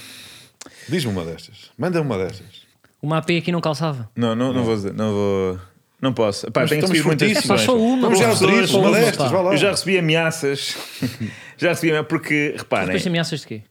Speaker 1: Diz-me uma destas. Manda-me uma destas.
Speaker 2: Uma AP aqui não calçava.
Speaker 3: não, não, não vou dizer. Não vou. Não posso. Pá,
Speaker 1: Mas
Speaker 3: tenho
Speaker 1: estamos
Speaker 3: recebido muitas
Speaker 1: fortíssimos.
Speaker 2: É só
Speaker 3: sugestões.
Speaker 2: uma,
Speaker 1: Vamos
Speaker 2: pô.
Speaker 1: já aos triplos,
Speaker 2: Só
Speaker 1: uma
Speaker 2: uma,
Speaker 1: destas.
Speaker 2: pá.
Speaker 1: Vá lá.
Speaker 3: Eu já recebi ameaças. já recebi ameaças porque, reparem,
Speaker 2: Depois ameaças de quê?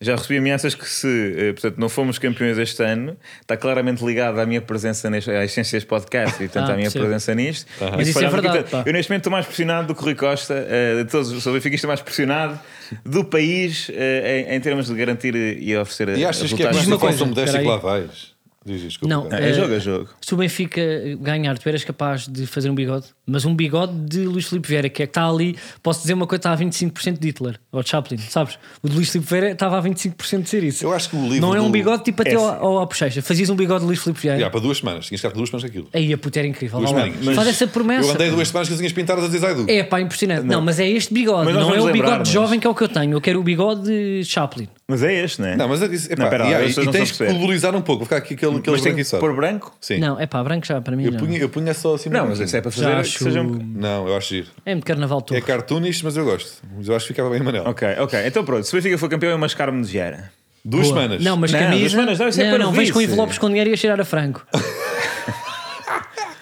Speaker 3: já recebi ameaças que se, eh, portanto, não fomos campeões este ano, está claramente ligado à minha presença neste, à Essências Podcast e, portanto,
Speaker 2: Ah,
Speaker 3: à minha
Speaker 2: percebo.
Speaker 3: presença nisto.
Speaker 2: Mas isso é
Speaker 3: falhava-
Speaker 2: verdade,
Speaker 3: portanto,
Speaker 2: pá.
Speaker 3: Eu, neste momento, estou mais pressionado do que o Rui Costa, eh, de todos, sou benfiquista mais pressionado do país eh, em, em termos de garantir e oferecer
Speaker 1: E achas que é
Speaker 3: resultados.
Speaker 1: mais
Speaker 2: Diz-me uma
Speaker 1: fácil
Speaker 2: coisa,
Speaker 1: me desta e que lá
Speaker 2: espera
Speaker 1: vais? Diz isto.
Speaker 2: Não,
Speaker 1: desculpa.
Speaker 3: É, é
Speaker 2: Eh,
Speaker 3: jogo a jogo.
Speaker 2: Se o Benfica ganhar, tu eras capaz de fazer um bigode, mas um bigode de Luís Filipe Vieira, que é que está ali, posso dizer uma coisa, está a 25% de Hitler, ou de Chaplin, sabes? O de Luís Filipe Vieira estava a 25% de ser isso.
Speaker 1: Eu acho que o livro
Speaker 2: Não é um
Speaker 1: do-
Speaker 2: bigode tipo até
Speaker 3: É,
Speaker 2: ao,
Speaker 3: sim.
Speaker 2: ao, à bochecha, fazias um bigode de Luís Filipe Vieira.
Speaker 1: Já, para duas semanas. Tinhas que ficar duas semanas com aquilo.
Speaker 2: Aí a puta era incrível.
Speaker 1: Duas
Speaker 2: vá lá.
Speaker 1: semaninhas.
Speaker 2: Faz essa
Speaker 1: Eu
Speaker 2: promessa.
Speaker 1: andei duas semanas com as unhas pintadas a dizer ai, du.
Speaker 2: É pá, impressionante. Não. mas é este bigode,
Speaker 3: Mas nós
Speaker 2: não é
Speaker 3: vamos
Speaker 2: o bigode
Speaker 3: lembrar, mas-
Speaker 2: jovem que é o que eu tenho. Eu quero o bigode de Chaplin.
Speaker 3: Mas é este, não é?
Speaker 1: Não, mas é isso.
Speaker 3: Não,
Speaker 1: epá,
Speaker 3: pera lá,
Speaker 1: e, aí-
Speaker 3: vocês
Speaker 1: e
Speaker 3: não
Speaker 1: tens que
Speaker 3: estão a perceber.
Speaker 1: polarizar um pouco. Ficar aqui aquele, aquele
Speaker 3: Mas tem que
Speaker 1: branquiçado.
Speaker 3: pôr branco?
Speaker 1: Sim.
Speaker 2: Não, é pá, branco já para mim.
Speaker 1: Eu
Speaker 2: já
Speaker 1: punha, eu punha só assim.
Speaker 3: Não,
Speaker 1: um
Speaker 3: mas isso é para
Speaker 2: Já
Speaker 3: fazer
Speaker 2: acho-
Speaker 3: que seja um...
Speaker 1: Não, eu acho giro.
Speaker 2: não. É-me carnaval todo.
Speaker 1: É cartoonish, mas eu gosto. Mas eu acho que ficava bem amarelo.
Speaker 3: Ok, ok. Então pronto, se o Benfica for campeão, eu mascaro-me de Vieira.
Speaker 1: Duas
Speaker 2: Boa.
Speaker 1: semanas.
Speaker 2: Não, mas
Speaker 3: Não,
Speaker 2: camisa.
Speaker 3: duas semanas não, isso é
Speaker 2: não,
Speaker 3: para
Speaker 2: não,
Speaker 3: o
Speaker 2: vens com
Speaker 3: vice.
Speaker 2: envelopes com dinheiro e a cheirar a frango.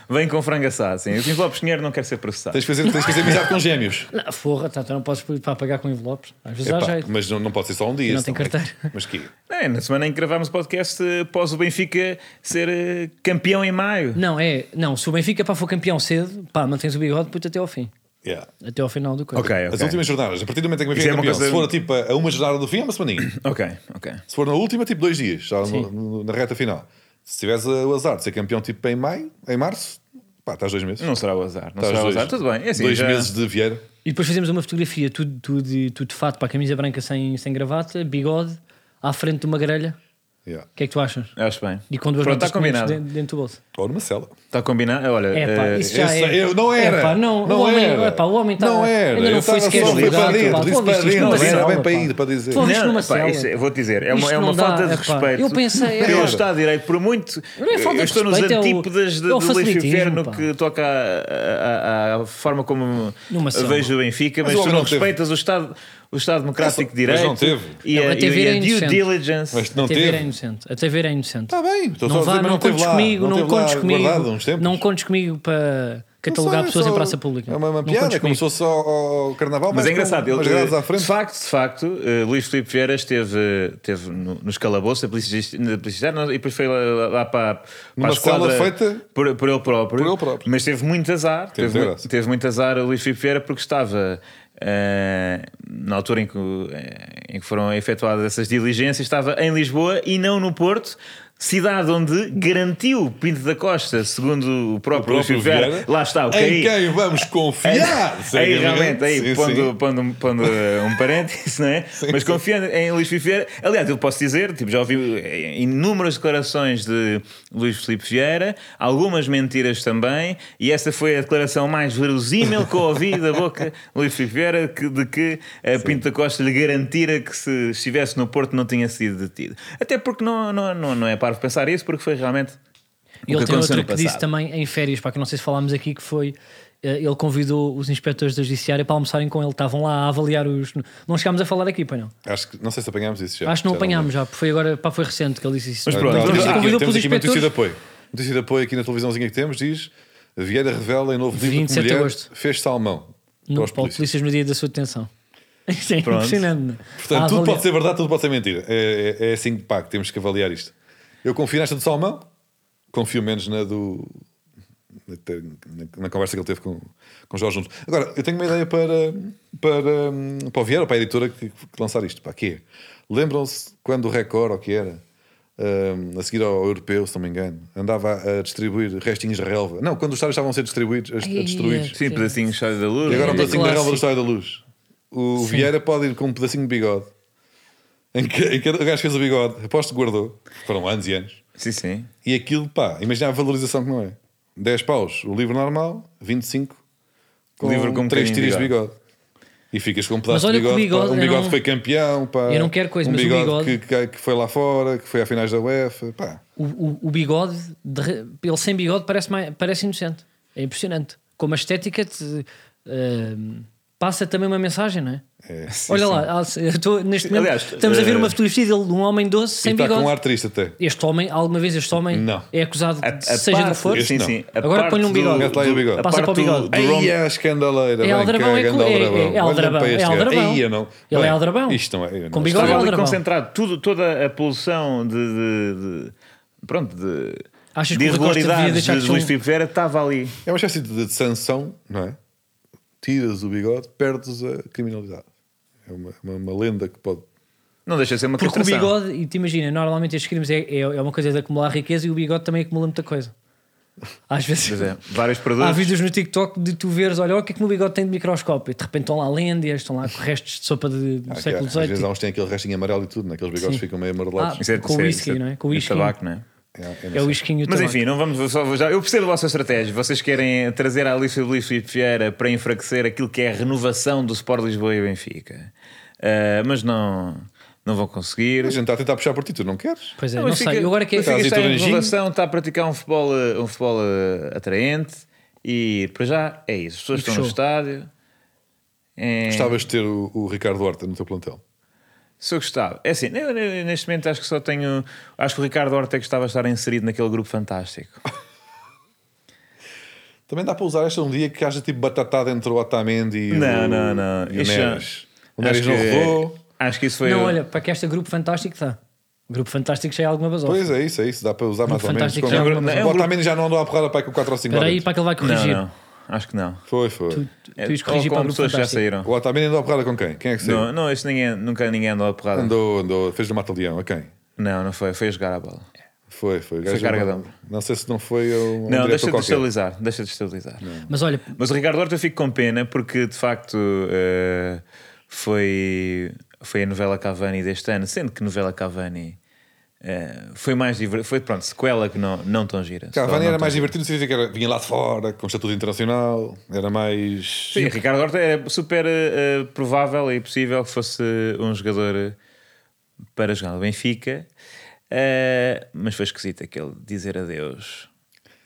Speaker 3: Vem com frango assado, sim. Os envelopes de dinheiro não quer ser processado.
Speaker 1: Tens que fazer, tens que fazer amizade com gêmeos.
Speaker 2: Não, forra, tá, tu não podes ir para pagar com envelopes. Às vezes há
Speaker 1: Epá,
Speaker 2: jeito.
Speaker 1: mas não, não pode ser só um dia.
Speaker 2: Não
Speaker 1: senão
Speaker 2: tem
Speaker 1: é que-
Speaker 2: carteira.
Speaker 1: Mas que?
Speaker 3: É, na semana em que gravámos o podcast eh, pós o Benfica ser eh, campeão em maio.
Speaker 2: Não, é. Não, se o Benfica pá, for campeão cedo, pá, mantens o bigode puto até ao fim.
Speaker 1: Yeah.
Speaker 2: Até ao final do coisa.
Speaker 3: Ok, ok.
Speaker 1: As últimas jornadas, a partir do momento em que me
Speaker 3: Isso é
Speaker 1: fica
Speaker 3: uma
Speaker 1: campeão,
Speaker 3: coisa-
Speaker 1: se for tipo a uma jornada do fim, é uma semaninha.
Speaker 3: Ok, ok.
Speaker 1: Se for na última, tipo dois dias, já no-
Speaker 2: Sim.
Speaker 1: no- na reta final. Se tiveres uh, o azar de ser campeão tipo em maio, em março, pá, estás dois meses.
Speaker 3: Não será o azar, não
Speaker 1: Estás
Speaker 3: será
Speaker 1: Tá,
Speaker 3: o
Speaker 1: dois-
Speaker 3: azar. Tudo bem, é assim.
Speaker 1: dois
Speaker 3: já-
Speaker 1: meses de Vieira.
Speaker 2: E depois fazemos uma fotografia, tu, tu, de, tu de fato, para a camisa branca sem, sem gravata, bigode, à frente de uma grelha.
Speaker 1: Yeah.
Speaker 2: O que é que tu achas?
Speaker 3: Acho bem.
Speaker 2: E com duas
Speaker 3: Pronto,
Speaker 2: notas
Speaker 1: tá
Speaker 3: está combinado.
Speaker 2: dentro, dentro do bolso.
Speaker 1: Ou numa cela.
Speaker 3: Está combinado? Olha,
Speaker 2: É pá,
Speaker 3: eh,
Speaker 2: isso já
Speaker 1: esse-
Speaker 2: é.
Speaker 1: eu- não era.
Speaker 2: É pá, não,
Speaker 1: Não
Speaker 2: o homem,
Speaker 1: era.
Speaker 2: é pá, o homem
Speaker 1: Não
Speaker 2: estava-
Speaker 1: era.
Speaker 2: Ainda não
Speaker 1: Eu
Speaker 2: foi
Speaker 1: tava
Speaker 2: sequer
Speaker 1: só- foi
Speaker 2: julgado.
Speaker 1: para dentro,
Speaker 2: pá.
Speaker 1: disse
Speaker 2: Pô,
Speaker 1: para
Speaker 2: viste isto
Speaker 1: dentro,
Speaker 2: numa
Speaker 1: era
Speaker 2: cela,
Speaker 1: bem para
Speaker 2: pá.
Speaker 1: ir, para dizer.
Speaker 2: Pô, viste
Speaker 3: Não,
Speaker 2: numa
Speaker 3: pá,
Speaker 2: cela.
Speaker 3: isso é- vou dizer, é uma,
Speaker 2: Isto
Speaker 3: é uma
Speaker 2: não dá,
Speaker 3: falta de
Speaker 2: é pá.
Speaker 3: respeito.
Speaker 2: Eu pensei, é
Speaker 3: pelo
Speaker 2: pá.
Speaker 3: Estado de Direito, por muito.
Speaker 2: Não é falta de
Speaker 3: eu estou nos
Speaker 2: respeito, é o-
Speaker 3: antípodas de-
Speaker 2: é o
Speaker 3: do lixo
Speaker 2: facilitismo,
Speaker 3: inferno
Speaker 2: pá.
Speaker 3: que toca à- à à forma como
Speaker 2: Numa cela.
Speaker 3: vejo o Benfica, mas,
Speaker 1: o
Speaker 3: tu
Speaker 1: homem
Speaker 3: não
Speaker 1: não teve.
Speaker 3: respeitas o Estado, o Estado Democrático de Direito
Speaker 1: Mas não teve.
Speaker 3: e
Speaker 2: Não,
Speaker 3: a,
Speaker 2: a TV
Speaker 3: e a
Speaker 2: era
Speaker 3: due
Speaker 2: inocente.
Speaker 3: diligence.
Speaker 1: Mas não
Speaker 2: Até ver é
Speaker 1: teve.
Speaker 2: inocente. Até ver é inocente.
Speaker 1: Está Tá bem, estou só a
Speaker 2: não
Speaker 1: dizer,
Speaker 2: vá,
Speaker 1: mas
Speaker 2: não,
Speaker 1: não teve
Speaker 2: contes
Speaker 1: lá.
Speaker 2: comigo, não,
Speaker 1: teve lá
Speaker 2: contes comigo.
Speaker 1: guardado uns tempos.
Speaker 2: Não contes comigo para catalogar
Speaker 1: Não sei,
Speaker 2: pessoas
Speaker 1: só-
Speaker 2: em praça pública.
Speaker 1: É uma, uma
Speaker 2: Não
Speaker 1: piada,
Speaker 2: contes
Speaker 1: como
Speaker 2: comigo.
Speaker 1: se fosse só ao carnaval.
Speaker 3: Mas é engraçado, ele
Speaker 1: ele. à
Speaker 3: de
Speaker 1: frente.
Speaker 3: facto, de facto, eh, Luís Filipe Vieira esteve, eh, esteve no, nos calabouços da Polícia Justi- da Polícia Externa e depois foi lá, lá- lá para, para
Speaker 1: Numa
Speaker 3: a esquadra
Speaker 1: cela feita
Speaker 3: por, por ele próprio,
Speaker 1: por ele próprio.
Speaker 3: Mas teve muito azar,
Speaker 1: Teve
Speaker 3: teve, muito,
Speaker 1: graça.
Speaker 3: teve muito azar o Luís Filipe Vieira porque estava eh, na altura em que, o- eh, em que foram efetuadas essas diligências, estava em Lisboa e não no Porto. Cidade onde garantiu Pinto da Costa, segundo o próprio, Luís
Speaker 1: próprio
Speaker 3: Filipe Vieira,
Speaker 1: Vieira.
Speaker 3: lá está o
Speaker 1: Em
Speaker 3: KI.
Speaker 1: quem vamos confiar?
Speaker 3: Aí
Speaker 1: Sim,
Speaker 3: realmente, aí,
Speaker 1: sim,
Speaker 3: pondo,
Speaker 1: sim.
Speaker 3: Pondo, pondo eh, um parênteses, não é? Mas confiando em Luís Filipe Vieira, aliás, eu posso dizer, tipo, já ouvi eh, inúmeras declarações de Luís Filipe Vieira, algumas mentiras também, e essa foi a declaração mais verosímil que eu ouvi da boca de Luís Filipe Vieira, que- de que a Pinto da Costa lhe garantira que se estivesse no Porto não tinha sido detido. Até porque não, não, não, não é parvo pensar isso, porque foi realmente.
Speaker 2: E ele
Speaker 3: o que
Speaker 2: tem
Speaker 3: aconteceu
Speaker 2: outra
Speaker 3: no
Speaker 2: que disse
Speaker 3: passado.
Speaker 2: também em férias, para que não sei se falámos aqui, que foi. eh, Ele convidou os inspectores da judiciária para almoçarem com ele. Estavam lá a avaliar os. Não chegámos a falar aqui, pai não.
Speaker 1: Acho que não sei se apanhámos isso já.
Speaker 2: Acho que não
Speaker 1: Já
Speaker 2: apanhámos já, porque foi agora, pá, foi recente que ele disse isso.
Speaker 3: Mas
Speaker 1: Pronto,
Speaker 3: pronto,
Speaker 1: temos
Speaker 3: então,
Speaker 1: aqui,
Speaker 2: convidou
Speaker 1: temos
Speaker 2: pelos
Speaker 1: aqui uma notícia de
Speaker 2: inspectores.
Speaker 1: apoio. Notícia de apoio aqui na televisãozinha que temos diz Vieira revela em novo livro que
Speaker 2: 27 de
Speaker 1: mulher
Speaker 2: agosto.
Speaker 1: fez salmão.
Speaker 2: No,
Speaker 1: Para os
Speaker 2: para os
Speaker 1: polícias.
Speaker 2: polícias no dia da sua detenção. Isto é
Speaker 3: Pronto.
Speaker 2: impressionante. não é?
Speaker 1: Portanto,
Speaker 2: A
Speaker 1: tudo
Speaker 2: avaliar.
Speaker 1: pode ser verdade, tudo pode ser mentira. É, é, é assim que pá, que temos que avaliar isto. Eu confio nesta do salmão, confio menos na do. na, na conversa que ele teve com, com Jorge Juntos. Agora, eu tenho uma ideia para, para, hum, para o Vieira, para a editora que, que lançar isto. Para quê? Lembram-se quando o Record, ou que era, hum, a seguir ao, ao europeu, se não me engano, andava a, a distribuir restinhos de relva. Não, quando os estádios estavam a ser distribuídos, a, a
Speaker 2: Ai,
Speaker 1: destruídos.
Speaker 3: Sim, pedacinhos chave da luz.
Speaker 1: E agora um
Speaker 2: Grande
Speaker 1: pedacinho da relva do
Speaker 2: É clássico.
Speaker 1: Estádio da Luz. O
Speaker 2: Sim.
Speaker 1: Vieira pode ir com um pedacinho de bigode. Em que, em que o gajo fez o bigode, aposto que guardou. Foram anos e anos.
Speaker 3: Sim, sim.
Speaker 1: E aquilo, pá, imagina a valorização que não é. 10 paus o livro normal, 25 com
Speaker 3: Livro com um
Speaker 1: 3
Speaker 3: bocadinho
Speaker 1: tiras de
Speaker 3: de
Speaker 1: bigode. E ficas com um pedaço
Speaker 2: olha
Speaker 1: de
Speaker 2: que o
Speaker 1: bigode.
Speaker 2: bigode,
Speaker 1: pá, um
Speaker 2: eu
Speaker 1: bigode
Speaker 2: não-
Speaker 1: que foi campeão, pá.
Speaker 2: eu não quero coisa,
Speaker 1: um
Speaker 2: mas o
Speaker 1: bigode,
Speaker 2: bigode-
Speaker 1: Que, que- que foi lá fora, que foi à finais da UEFA. Pá.
Speaker 2: O, o- o bigode, de re- ele sem bigode parece, mais- parece inocente. É impressionante. Como a estética te, eh, passa também uma mensagem, não é?
Speaker 1: É.
Speaker 2: Olha lá, ah, eu estou- neste momento
Speaker 3: Aliás,
Speaker 2: estamos a ver
Speaker 3: eh,
Speaker 2: uma fotografia dele de um homem doce
Speaker 1: E
Speaker 2: sem
Speaker 1: está
Speaker 2: bigode.
Speaker 1: com um ar triste até.
Speaker 2: Este homem, alguma vez este homem
Speaker 1: Não.
Speaker 2: é acusado,
Speaker 3: A- a
Speaker 2: de seja do que
Speaker 3: parte-
Speaker 2: for,
Speaker 1: Este
Speaker 3: Sim,
Speaker 1: não.
Speaker 3: sim.
Speaker 2: Agora
Speaker 3: parte
Speaker 2: põe-lhe um
Speaker 3: do-
Speaker 2: bigode.
Speaker 3: do-
Speaker 1: Mete lá aí o bigode.
Speaker 3: a
Speaker 2: Passa
Speaker 3: parte
Speaker 2: para o bigode.
Speaker 3: do- do
Speaker 1: Aí
Speaker 3: Rom-
Speaker 1: a escandaleira.
Speaker 2: É
Speaker 1: bem,
Speaker 2: aldrabão,
Speaker 1: que
Speaker 2: é
Speaker 1: grande
Speaker 2: co- é- é- é
Speaker 1: Olha
Speaker 2: aldrabão,
Speaker 1: para este
Speaker 2: é
Speaker 1: gajo.
Speaker 2: aldrabão.
Speaker 1: Aí eu não.
Speaker 2: Ele
Speaker 1: Bem,
Speaker 2: é aldrabão.
Speaker 1: Isto não é. eu não
Speaker 2: Com
Speaker 1: sei.
Speaker 2: bigode.
Speaker 3: Estava ali
Speaker 2: Aldrabão.
Speaker 3: concentrado tudo, toda a poluição de. de- de- pronto, de.
Speaker 2: Achas
Speaker 3: de
Speaker 2: que o Rui Costa devia
Speaker 3: irregularidades
Speaker 2: deixar
Speaker 3: de
Speaker 2: que
Speaker 3: Luís
Speaker 2: são-
Speaker 3: Filipe Vieira estava ali.
Speaker 1: É uma espécie de, de sanção, não é? Tiras o bigode, perdes a criminalidade. É uma, uma, uma lenda que pode.
Speaker 3: Não deixa de ser uma
Speaker 2: Porque o
Speaker 3: castração.
Speaker 2: bigode, e te imagina, normalmente estes crimes é, é, é uma coisa de acumular riqueza e o bigode também acumula muita coisa. Às vezes.
Speaker 3: Pois é, vários
Speaker 2: Há
Speaker 3: produtos.
Speaker 2: vídeos no TikTok de tu veres, olha, olha o que é que o meu bigode tem de microscópio. E de repente estão lá lêndias, estão lá restos de sopa de, do
Speaker 3: Ah,
Speaker 1: Há-
Speaker 2: século
Speaker 1: Às vezes
Speaker 2: XVIII.
Speaker 1: há uns que têm aquele restinho amarelo e tudo, naqueles bigodes
Speaker 2: Sim.
Speaker 1: ficam meio amarelados.
Speaker 2: Ah, com whisky, não é? Com whisky.
Speaker 3: tabaco, não é?
Speaker 1: É, é,
Speaker 2: É o isquinho
Speaker 3: Mas
Speaker 2: também.
Speaker 3: enfim, não vamos só vou já. Eu percebo a vossa estratégia. Vocês querem trazer a Alice Luís Filipe Vieira para enfraquecer aquilo que é a renovação do Sport Lisboa e Benfica. Ah, mas não, não vão conseguir.
Speaker 1: A gente está a tentar puxar por ti, tu não queres?
Speaker 2: Pois é,
Speaker 3: Não,
Speaker 2: não,
Speaker 3: mas
Speaker 2: sei.
Speaker 3: fica-
Speaker 2: Eu agora que
Speaker 3: mas
Speaker 1: Por
Speaker 2: é.
Speaker 1: acaso,
Speaker 3: fica
Speaker 1: e
Speaker 3: está em
Speaker 1: Turanjinho?
Speaker 3: renovação, está a praticar um futebol, eh, um futebol eh, atraente e para já é isso. As pessoas
Speaker 2: E
Speaker 3: estão no
Speaker 2: fechou.
Speaker 3: estádio. É,
Speaker 1: Gostavas de ter o, o Ricardo Horta no teu plantel.
Speaker 3: Se eu gostava. É assim, eu, eu, neste momento acho que só tenho. Acho que o Ricardo Horta é que estava a estar inserido naquele grupo fantástico.
Speaker 1: Também dá para usar esta um dia que haja tipo batatada entre o Otamendi e
Speaker 3: Não,
Speaker 1: o,
Speaker 3: não, não.
Speaker 1: E o
Speaker 3: Isso já-
Speaker 1: Neres. O Neres
Speaker 3: acho
Speaker 1: não
Speaker 3: que- é eh,
Speaker 1: rodou.
Speaker 3: Acho que isso foi.
Speaker 2: Não,
Speaker 3: o-
Speaker 2: olha, para que este grupo fantástico está. O grupo fantástico já é alguma basófia.
Speaker 1: Pois é, isso, é isso. Dá para usar mais ou menos.
Speaker 2: fantástico,
Speaker 1: Como-
Speaker 2: já é um
Speaker 3: grupo- é um
Speaker 1: O
Speaker 3: grupo-
Speaker 1: Otamendi já não andou à porrada para aí com 4 ou 5
Speaker 2: Espera aí
Speaker 1: árbitros.
Speaker 2: para que ele vai
Speaker 3: não,
Speaker 2: corrigir.
Speaker 3: não. Acho que não.
Speaker 1: Foi, foi.
Speaker 2: Tu, tu
Speaker 3: É,
Speaker 2: ias
Speaker 3: ou
Speaker 2: corrigir
Speaker 3: com
Speaker 2: para o grupo
Speaker 3: pessoas que já
Speaker 2: fantástico.
Speaker 3: saíram.
Speaker 1: O Otamendi andou à porrada com quem? Quem é que saiu? Ah.
Speaker 3: Não, não, este ninguém, nunca ninguém andou a porrada.
Speaker 1: Andou, andou, fez do Mata-Leão, a quem?
Speaker 3: Não, não foi. Foi jogar a bola.
Speaker 1: Foi, foi. o
Speaker 3: Foi carga de ombro.
Speaker 1: não sei se não foi um, um
Speaker 3: Não,
Speaker 1: diretor
Speaker 3: deixa de
Speaker 1: qualquer.
Speaker 3: estabilizar. Deixa de estabilizar.
Speaker 2: Mas olha,
Speaker 3: Mas o Ricardo Horta eu fico com pena porque de facto eh, foi, foi a novela Cavani deste ano, sendo que novela Cavani eh, foi mais divertido. Foi, pronto, sequela que não, não tão gira. Só
Speaker 1: Cavani
Speaker 3: não
Speaker 1: era
Speaker 3: tão
Speaker 1: mais
Speaker 3: gira.
Speaker 1: divertido no sentido em que era, vinha lá de fora, com estatuto internacional, era mais.
Speaker 3: Sim, Ricardo Horta é super eh, eh, provável e possível que fosse um jogador eh, para jogar no Benfica, Eh, mas foi esquisito aquele dizer adeus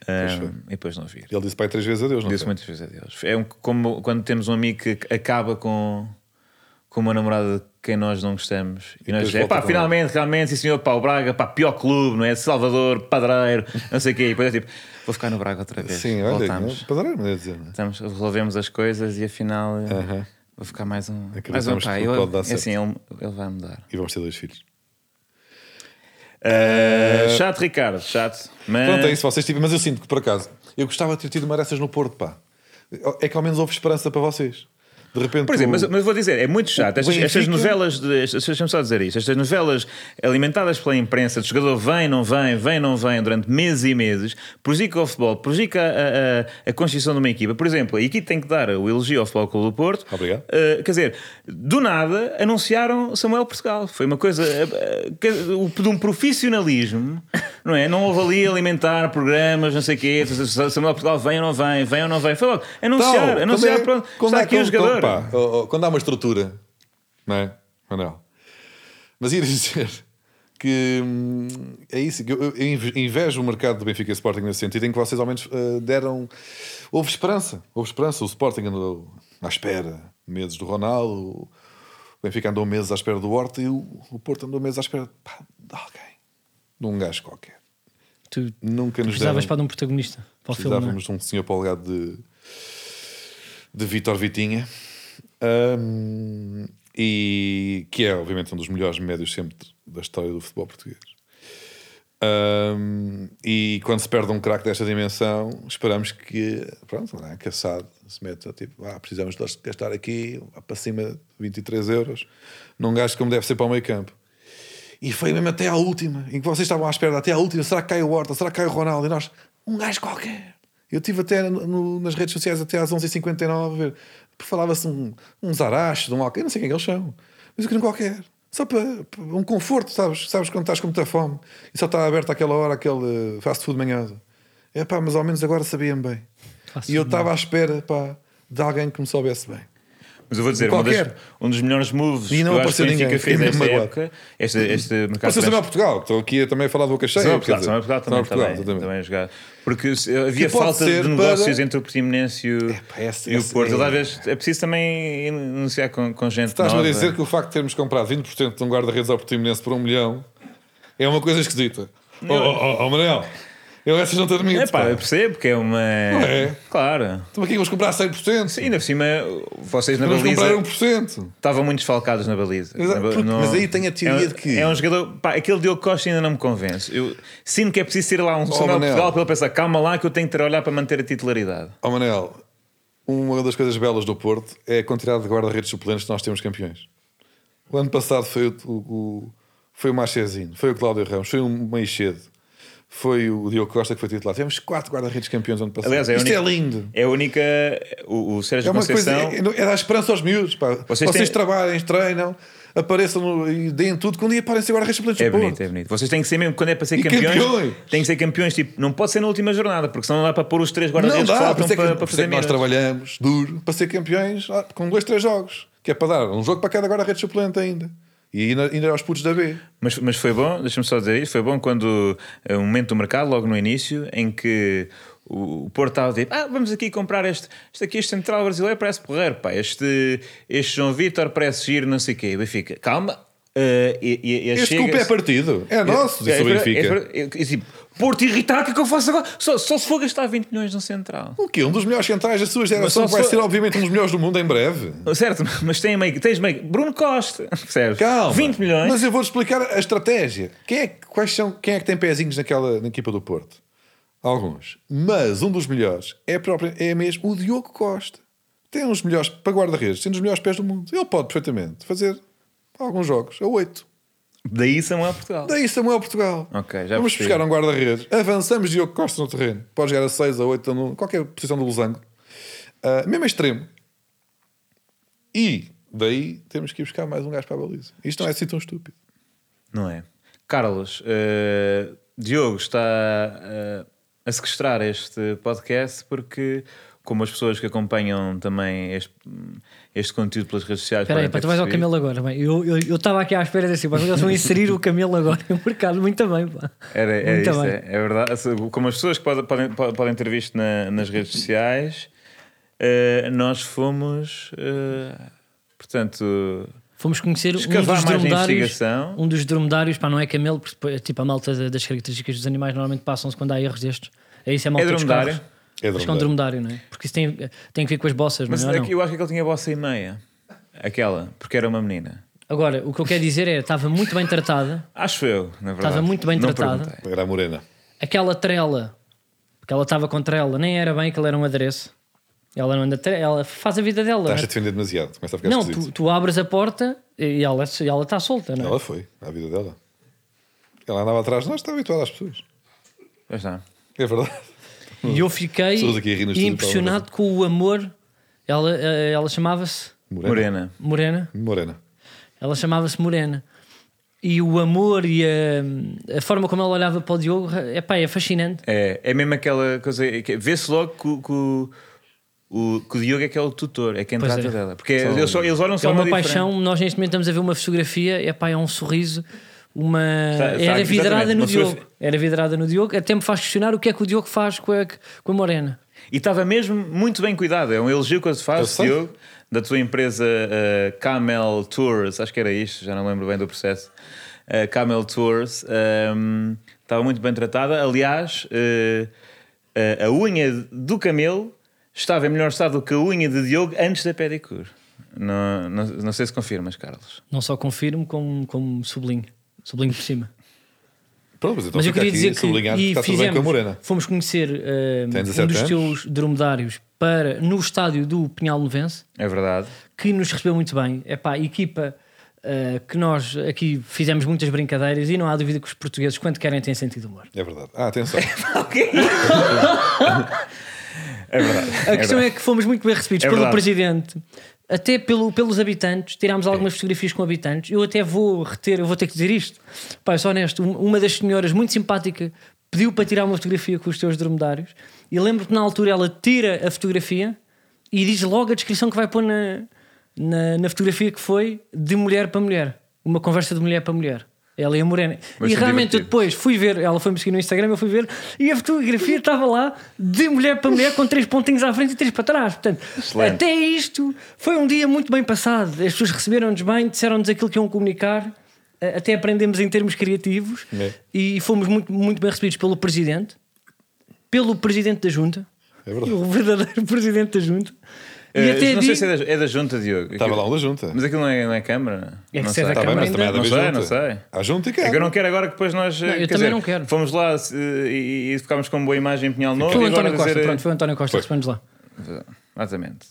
Speaker 3: eh,
Speaker 1: Pois foi.
Speaker 3: e depois não vir.
Speaker 1: Ele disse pai três vezes adeus, não
Speaker 3: Disse
Speaker 1: foi?
Speaker 3: muitas vezes adeus. É um, como quando temos um amigo que acaba com, com uma namorada de quem nós não gostamos e, nós
Speaker 1: depois
Speaker 3: dizemos,
Speaker 1: volta
Speaker 3: pá,
Speaker 1: com
Speaker 3: finalmente, realmente, sim senhor, pá, o Braga, pá, pior clube, não é? Salvador, Padreiro, não sei o quê. E depois é tipo, vou ficar no Braga outra vez.
Speaker 1: Sim, olha,
Speaker 3: Voltamos.
Speaker 1: né? para dar maneira de dizer, não é?
Speaker 3: Estamos, resolvemos as coisas e afinal eh, vou ficar mais um. Mais um
Speaker 1: Acreditamos
Speaker 3: pá,
Speaker 1: que
Speaker 3: eu,
Speaker 1: pode dar
Speaker 3: é
Speaker 1: certo.
Speaker 3: assim, ele, ele vai mudar.
Speaker 1: E vamos ter dois filhos.
Speaker 3: Eh, chato, Ricardo, chato. Mas
Speaker 1: Pronto, é isso, vocês tiveram. Mas eu sinto que, por acaso, eu gostava de ter tido uma dessas no Porto, pá. É que ao menos houve esperança para vocês. De repente.
Speaker 3: Por exemplo, mas,
Speaker 1: o-
Speaker 3: mas vou dizer, é muito chato. Estas,
Speaker 1: Benfica-
Speaker 3: estas novelas, de- estas- deixa-me só dizer isto, estas novelas alimentadas pela imprensa, do jogador vem, não vem, vem, não vem, durante meses e meses, prejudica o futebol, prejudica a, a- a constituição de uma equipa. Por exemplo, e aqui tem que dar o elogio ao Futebol Clube do Porto.
Speaker 1: Obrigado.
Speaker 3: Uh, quer dizer, do nada anunciaram Samuel Portugal. Foi uma coisa uh, uh, que- o- de um profissionalismo, não é? Não houve ali alimentar programas, não sei o quê. se- se Samuel Portugal vem ou não vem, vem ou não vem. Foi logo anunciar,
Speaker 1: Então,
Speaker 3: anunciar,
Speaker 1: quando é-
Speaker 3: pronto.
Speaker 1: quando
Speaker 3: Está
Speaker 1: é
Speaker 3: aqui
Speaker 1: que-
Speaker 3: um jogador.
Speaker 1: então, pá, ó, ó, quando há uma estrutura, não é, Manuel? Mas ia dizer que hum, é isso, que eu, eu inve- invejo o mercado do Benfica e Sporting nesse sentido, em que vocês ao menos eh, deram. Houve esperança, houve esperança. O Sporting andou à espera meses do Ronaldo, o Benfica andou meses à espera do Horta e o, o Porto andou meses à espera pá, de alguém, de um gajo qualquer.
Speaker 2: Tu
Speaker 1: Nunca nos deram.
Speaker 2: precisavas para de um protagonista para o filme. não é?
Speaker 1: Precisávamos de um senhor polgado de, de Vitor Vitinha. Ahm, e que é, obviamente, um dos melhores médios sempre da história do futebol português. Ahm, e quando se perde um craque desta dimensão, esperamos que, pronto, não é? Caçado se meta tipo, ah, precisamos de gastar aqui vá para cima de 23 euros, não gasto como deve ser para o meio campo. E foi mesmo até à última, em que vocês estavam à espera, até à última, será que cai o Horta, será que cai o Ronaldo? E nós, um gajo qualquer. Eu estive até no- no- nas redes sociais até às 11h59 a ver, porque falava-se um, uns arachos, de um qualquer, não sei quem eles são, mas eu queria um qualquer. Só para, para um conforto, sabes? Sabes quando estás com muita fome e só está aberto àquela hora aquele eh, fast food manhoso. É pá, mas ao menos agora sabiam bem.
Speaker 2: Fast
Speaker 1: e eu
Speaker 2: food
Speaker 1: estava à espera, pá, de alguém que me soubesse bem.
Speaker 3: Mas eu vou dizer, uma das-
Speaker 1: Qualquer.
Speaker 3: um dos melhores moves
Speaker 1: E não
Speaker 3: que eu acho que
Speaker 1: apareceu
Speaker 3: o Benfica
Speaker 1: ninguém.
Speaker 3: fez
Speaker 1: Fiquei
Speaker 3: nesta
Speaker 1: magoado.
Speaker 3: época, este, este
Speaker 1: Vocês
Speaker 3: mercado
Speaker 1: também
Speaker 3: transfer-
Speaker 1: a Portugal, estou aqui a também a falar de boca cheia.
Speaker 3: Samuel
Speaker 1: quer
Speaker 3: Portugal,
Speaker 1: dizer,
Speaker 3: Samuel Portugal também,
Speaker 1: Samuel Portugal, exatamente.
Speaker 3: também, também a jogar. Porque se- havia
Speaker 1: Que pode
Speaker 3: falta
Speaker 1: ser
Speaker 3: de negócios
Speaker 1: para- É
Speaker 3: entre o Portimonense e o,
Speaker 1: Epá, esse-
Speaker 3: e o
Speaker 1: esse-
Speaker 3: Porto. Ele
Speaker 1: é.
Speaker 3: Às vezes é preciso também anunciar com, com gente
Speaker 1: Estás-me a
Speaker 3: nova.
Speaker 1: dizer que o facto de termos comprado 20% de um guarda-redes ao Portimonense por um milhão é uma coisa esquisita. Oh, oh, oh, oh Manel, eu essas não te admito.
Speaker 3: É pá,
Speaker 1: pá.
Speaker 3: eu percebo que é uma...
Speaker 1: é?
Speaker 3: Claro.
Speaker 1: Então aqui vamos comprar 100%.
Speaker 3: E ainda por cima, vocês na
Speaker 1: vamos comprar
Speaker 3: baliza...
Speaker 1: 1%.
Speaker 3: Estavam muito desfalcados na baliza.
Speaker 1: Exato,
Speaker 3: Na ba-
Speaker 1: porque-
Speaker 3: não-
Speaker 1: mas aí tem a teoria
Speaker 3: é, um-
Speaker 1: de que-
Speaker 3: É um jogador. Pá, aquele Diogo Costa ainda não me convence. Eu sinto que é preciso ir lá um Samuel
Speaker 1: Oh, Manel.
Speaker 3: Portugal para ele pensar, calma lá que eu tenho que trabalhar para manter a titularidade.
Speaker 1: Oh Manel, uma das coisas belas do Porto é a quantidade de guarda-redes suplentes que nós temos campeões. O ano passado foi o, o, o- foi o Machezinho, foi o Cláudio Ramos, foi o Meixedo, foi o Diogo Costa que foi titular. Tivemos quatro guarda-redes campeões ano passado.
Speaker 3: Aliás, é a
Speaker 1: Isto
Speaker 3: única-
Speaker 1: é lindo.
Speaker 3: É a única. O, o Sérgio
Speaker 1: É uma coisa,
Speaker 3: Conceição.
Speaker 1: é, é dar esperança aos miúdos. Pá.
Speaker 3: Vocês
Speaker 1: Vocês,
Speaker 3: têm-
Speaker 1: trabalhem, treinam, apareçam no- e deem tudo. Quando um dia parem agora restantes
Speaker 3: É
Speaker 1: do
Speaker 3: bonito,
Speaker 1: Porto.
Speaker 3: é bonito. Vocês têm que ser mesmo, quando é para ser
Speaker 1: E
Speaker 3: campeões,
Speaker 1: campeões!
Speaker 3: têm que ser campeões, tipo, não pode ser na última jornada, porque senão não dá para pôr os três
Speaker 1: Não
Speaker 3: guarda-redes
Speaker 1: dá,
Speaker 3: que
Speaker 1: por
Speaker 3: faltam
Speaker 1: isso é que, por
Speaker 3: para, para
Speaker 1: isso é
Speaker 3: fazer
Speaker 1: que nós
Speaker 3: menos.
Speaker 1: trabalhamos duro para ser campeões ah, com dois, três jogos. Que é para dar um jogo para cada guarda-redes suplente ainda. E ainda, ainda é aos putos da B.
Speaker 3: Mas, mas foi bom, deixa-me só dizer isso, foi bom quando eh, o momento do mercado, logo no início, em que o, o Porto estava a dizer, ah, vamos aqui comprar este, este aqui, este central brasileiro parece porreiro, pá, este, este João Vitor parece giro, não sei o quê, E o Benfica, calma, eh, e, e, e
Speaker 1: Este
Speaker 3: chega-
Speaker 1: culpa é partido. É nosso, disse o
Speaker 3: é, é,
Speaker 1: Benfica.
Speaker 3: é, é, é, tipo, Porto irritado, o que é que eu faço agora? Só, só se for gastar 20 milhões no central.
Speaker 1: O quê? Um dos melhores centrais da sua
Speaker 3: só
Speaker 1: geração
Speaker 3: se
Speaker 1: vai
Speaker 3: for-
Speaker 1: ser, obviamente, um dos melhores do mundo em breve.
Speaker 3: Certo, mas tem meio, tens meio. Bruno Costa, percebes?
Speaker 1: Calma.
Speaker 3: 20 milhões.
Speaker 1: Mas eu vou-te explicar a estratégia. Quem é, que- quais são, quem é que tem pezinhos naquela, na equipa do Porto? Alguns. Mas um dos melhores é, próprio, é mesmo o Diogo Costa. Tem uns melhores, para guarda-redes, tem um dos melhores pés do mundo. Ele pode perfeitamente fazer alguns jogos, a oito.
Speaker 3: Daí Samuel Portugal.
Speaker 1: Daí Samuel Portugal.
Speaker 3: Ok, já
Speaker 1: Vamos
Speaker 3: percebi.
Speaker 1: buscar um guarda-redes. Avançamos Diogo Costa no terreno. Pode jogar a 6, a 8, a qualquer posição do losango. Ah, mesmo extremo. E daí temos que ir buscar mais um gajo para a baliza. Isto não é assim tão estúpido.
Speaker 3: Não é? Carlos, eh, Diogo está eh, a sequestrar este podcast porque, como as pessoas que acompanham também este, este conteúdo pelas redes sociais.
Speaker 2: Espera aí,
Speaker 3: podem
Speaker 2: pá,
Speaker 3: ter
Speaker 2: tu vais ao
Speaker 3: percebido-
Speaker 2: camelo agora. Bem, eu eu- eu estava aqui à espera desse, mas eles vão inserir o camelo agora no mercado. Muito bem, pá.
Speaker 3: Era, era
Speaker 2: Muito
Speaker 3: isto,
Speaker 2: bem.
Speaker 3: é, é verdade. Como as pessoas que podem, podem, podem ter visto na- nas redes sociais, eh, nós fomos, eh, portanto,
Speaker 2: Fomos conhecer um
Speaker 3: escavar
Speaker 2: dos
Speaker 3: mais na
Speaker 2: dromedários.
Speaker 3: investigação.
Speaker 2: Um dos dromedários, pá, não é camelo, porque depois, tipo a malta da- das características dos animais normalmente passam-se quando há erros destes. É isso, é a
Speaker 3: É
Speaker 2: malta dos
Speaker 3: dromedário.
Speaker 2: carros.
Speaker 1: É
Speaker 2: Acho que é um
Speaker 1: dromedário.
Speaker 2: dromedário, não é? Porque isso tem, tem que ver com as bossas,
Speaker 3: Mas
Speaker 2: não é? ou não?
Speaker 3: aqui- eu acho que ele tinha bossa e meia. Aquela, porque era uma menina.
Speaker 2: Agora, o que eu quero dizer é, estava muito bem tratada,
Speaker 3: Acho eu, na verdade.
Speaker 2: Estava muito bem
Speaker 3: Não
Speaker 2: tratada.
Speaker 3: perguntei.
Speaker 1: Era a morena.
Speaker 2: é. aquela trela, porque ela estava com trela, nem era bem que ela era um adereço. Ela não anda, tre- ela faz a vida dela.
Speaker 1: Estás a
Speaker 2: né?
Speaker 1: defender demasiado. Começa a ficar
Speaker 2: Não,
Speaker 1: esquisito.
Speaker 2: tu, tu abres a porta e ela e ela está solta, não é?
Speaker 1: Ela foi, à vida dela. Ela andava atrás de nós, está habituada às pessoas.
Speaker 3: Mas não.
Speaker 1: É verdade.
Speaker 2: E eu fiquei
Speaker 1: Pessoas aqui a rir no estúdio,
Speaker 2: impressionado com o amor. Ela, eh, ela chamava-se
Speaker 3: Morena.
Speaker 2: Morena.
Speaker 1: Morena.
Speaker 2: Ela chamava-se Morena. E o amor e a, a forma como ela olhava para o Diogo epá, é fascinante.
Speaker 3: É, é mesmo aquela coisa. que- Vê-se logo que, o- que o- o, que o Diogo é que é o tutor, é quem
Speaker 2: Pois
Speaker 3: trata
Speaker 2: é.
Speaker 3: dela. Porque eles, só- eles olham só
Speaker 2: é uma
Speaker 3: diferente.
Speaker 2: paixão. Nós neste momento estamos a ver uma fotografia, epá, é um sorriso. Uma...
Speaker 3: Está- está-
Speaker 2: Era vidrada no
Speaker 3: exatamente, uma
Speaker 2: Diogo.
Speaker 3: fotografia-
Speaker 2: Era vidrada no Diogo. Até me faz questionar o que é que o Diogo faz com a, com a Morena.
Speaker 3: E estava mesmo muito bem cuidado. É um elogio que eu te
Speaker 1: Eu
Speaker 3: faço,
Speaker 1: sei.
Speaker 3: Diogo, da tua empresa eh, Camel Tours. Acho que era isto, já não lembro bem do processo. Eh, Camel Tours. ehm, estava muito bem tratada. Aliás, eh, eh, a unha do camelo estava em melhor estado do que a unha de Diogo antes da pedicure. Não, não, não sei se confirmas, Carlos.
Speaker 2: Não só confirmo, como, como sublinho. Sublinho por cima.
Speaker 1: Pronto, mas então
Speaker 2: Mas eu
Speaker 1: fica
Speaker 2: queria
Speaker 1: aqui
Speaker 2: dizer que
Speaker 1: sublinhado que
Speaker 2: e
Speaker 1: está tudo bem com a Morena.
Speaker 2: fomos conhecer eh,
Speaker 1: Tem
Speaker 2: um
Speaker 1: 17
Speaker 2: dos
Speaker 1: anos.
Speaker 2: teus dromedários para, no estádio do Pinhal Novense,
Speaker 3: É verdade.
Speaker 2: que nos recebeu muito bem. É pá, equipa eh, que nós aqui fizemos muitas brincadeiras e não há dúvida que os portugueses, quando querem, têm sentido de humor.
Speaker 1: É verdade. Ah, atenção.
Speaker 3: É verdade.
Speaker 2: A questão é que fomos muito bem recebidos
Speaker 3: É
Speaker 2: pelo
Speaker 3: verdade. É.
Speaker 2: presidente, até pelo, pelos habitantes. Tirámos algumas fotografias com habitantes. Eu até vou reter, eu vou ter que dizer isto. Pá, eu sou honesto. um- Uma das senhoras, muito simpática, pediu para tirar uma fotografia com os teus dromedários. E lembro que na altura ela tira a fotografia e diz logo a descrição que vai pôr na, na, na fotografia que foi de mulher para mulher. Uma conversa de mulher para mulher. Ela e a Morena.
Speaker 3: Mas
Speaker 2: e
Speaker 3: foi
Speaker 2: realmente eu
Speaker 3: divertido.
Speaker 2: depois fui ver, ela foi-me seguir no Instagram, eu fui ver, e a fotografia estava lá de mulher para mulher com três pontinhos à frente e três para trás. Portanto,
Speaker 3: Excelente.
Speaker 2: até isto foi um dia muito bem passado. As pessoas receberam-nos bem, disseram-nos aquilo que iam comunicar, a- até aprendemos em termos criativos
Speaker 1: É.
Speaker 2: e fomos muito, muito bem recebidos pelo presidente, pelo presidente da junta,
Speaker 1: É verdade.
Speaker 2: o verdadeiro presidente da junta. E
Speaker 3: Eh,
Speaker 2: até
Speaker 3: não
Speaker 2: digo-
Speaker 3: sei se é da, é da junta, Diogo.
Speaker 1: Estava lá um da junta.
Speaker 3: Mas aquilo não é, não é câmara?
Speaker 2: É que
Speaker 3: não
Speaker 2: se é da
Speaker 3: sei.
Speaker 1: Está bem, mas
Speaker 2: Câmara
Speaker 1: também há de
Speaker 3: Não
Speaker 1: haver
Speaker 3: sei,
Speaker 1: junta.
Speaker 3: não sei.
Speaker 1: Há junta e cá.
Speaker 3: É que eu não quero agora que depois nós. eh,
Speaker 2: eu
Speaker 3: quer
Speaker 2: também
Speaker 3: dizer,
Speaker 2: não quero.
Speaker 3: Fomos lá se- eh, e, e ficámos com um boa imagem em Pinhal Novo.
Speaker 2: Foi o
Speaker 3: e agora
Speaker 2: António Costa,
Speaker 3: dizer- eh,
Speaker 2: pronto, foi o António Costa,
Speaker 1: Foi.
Speaker 2: respondes lá.
Speaker 3: Exatamente.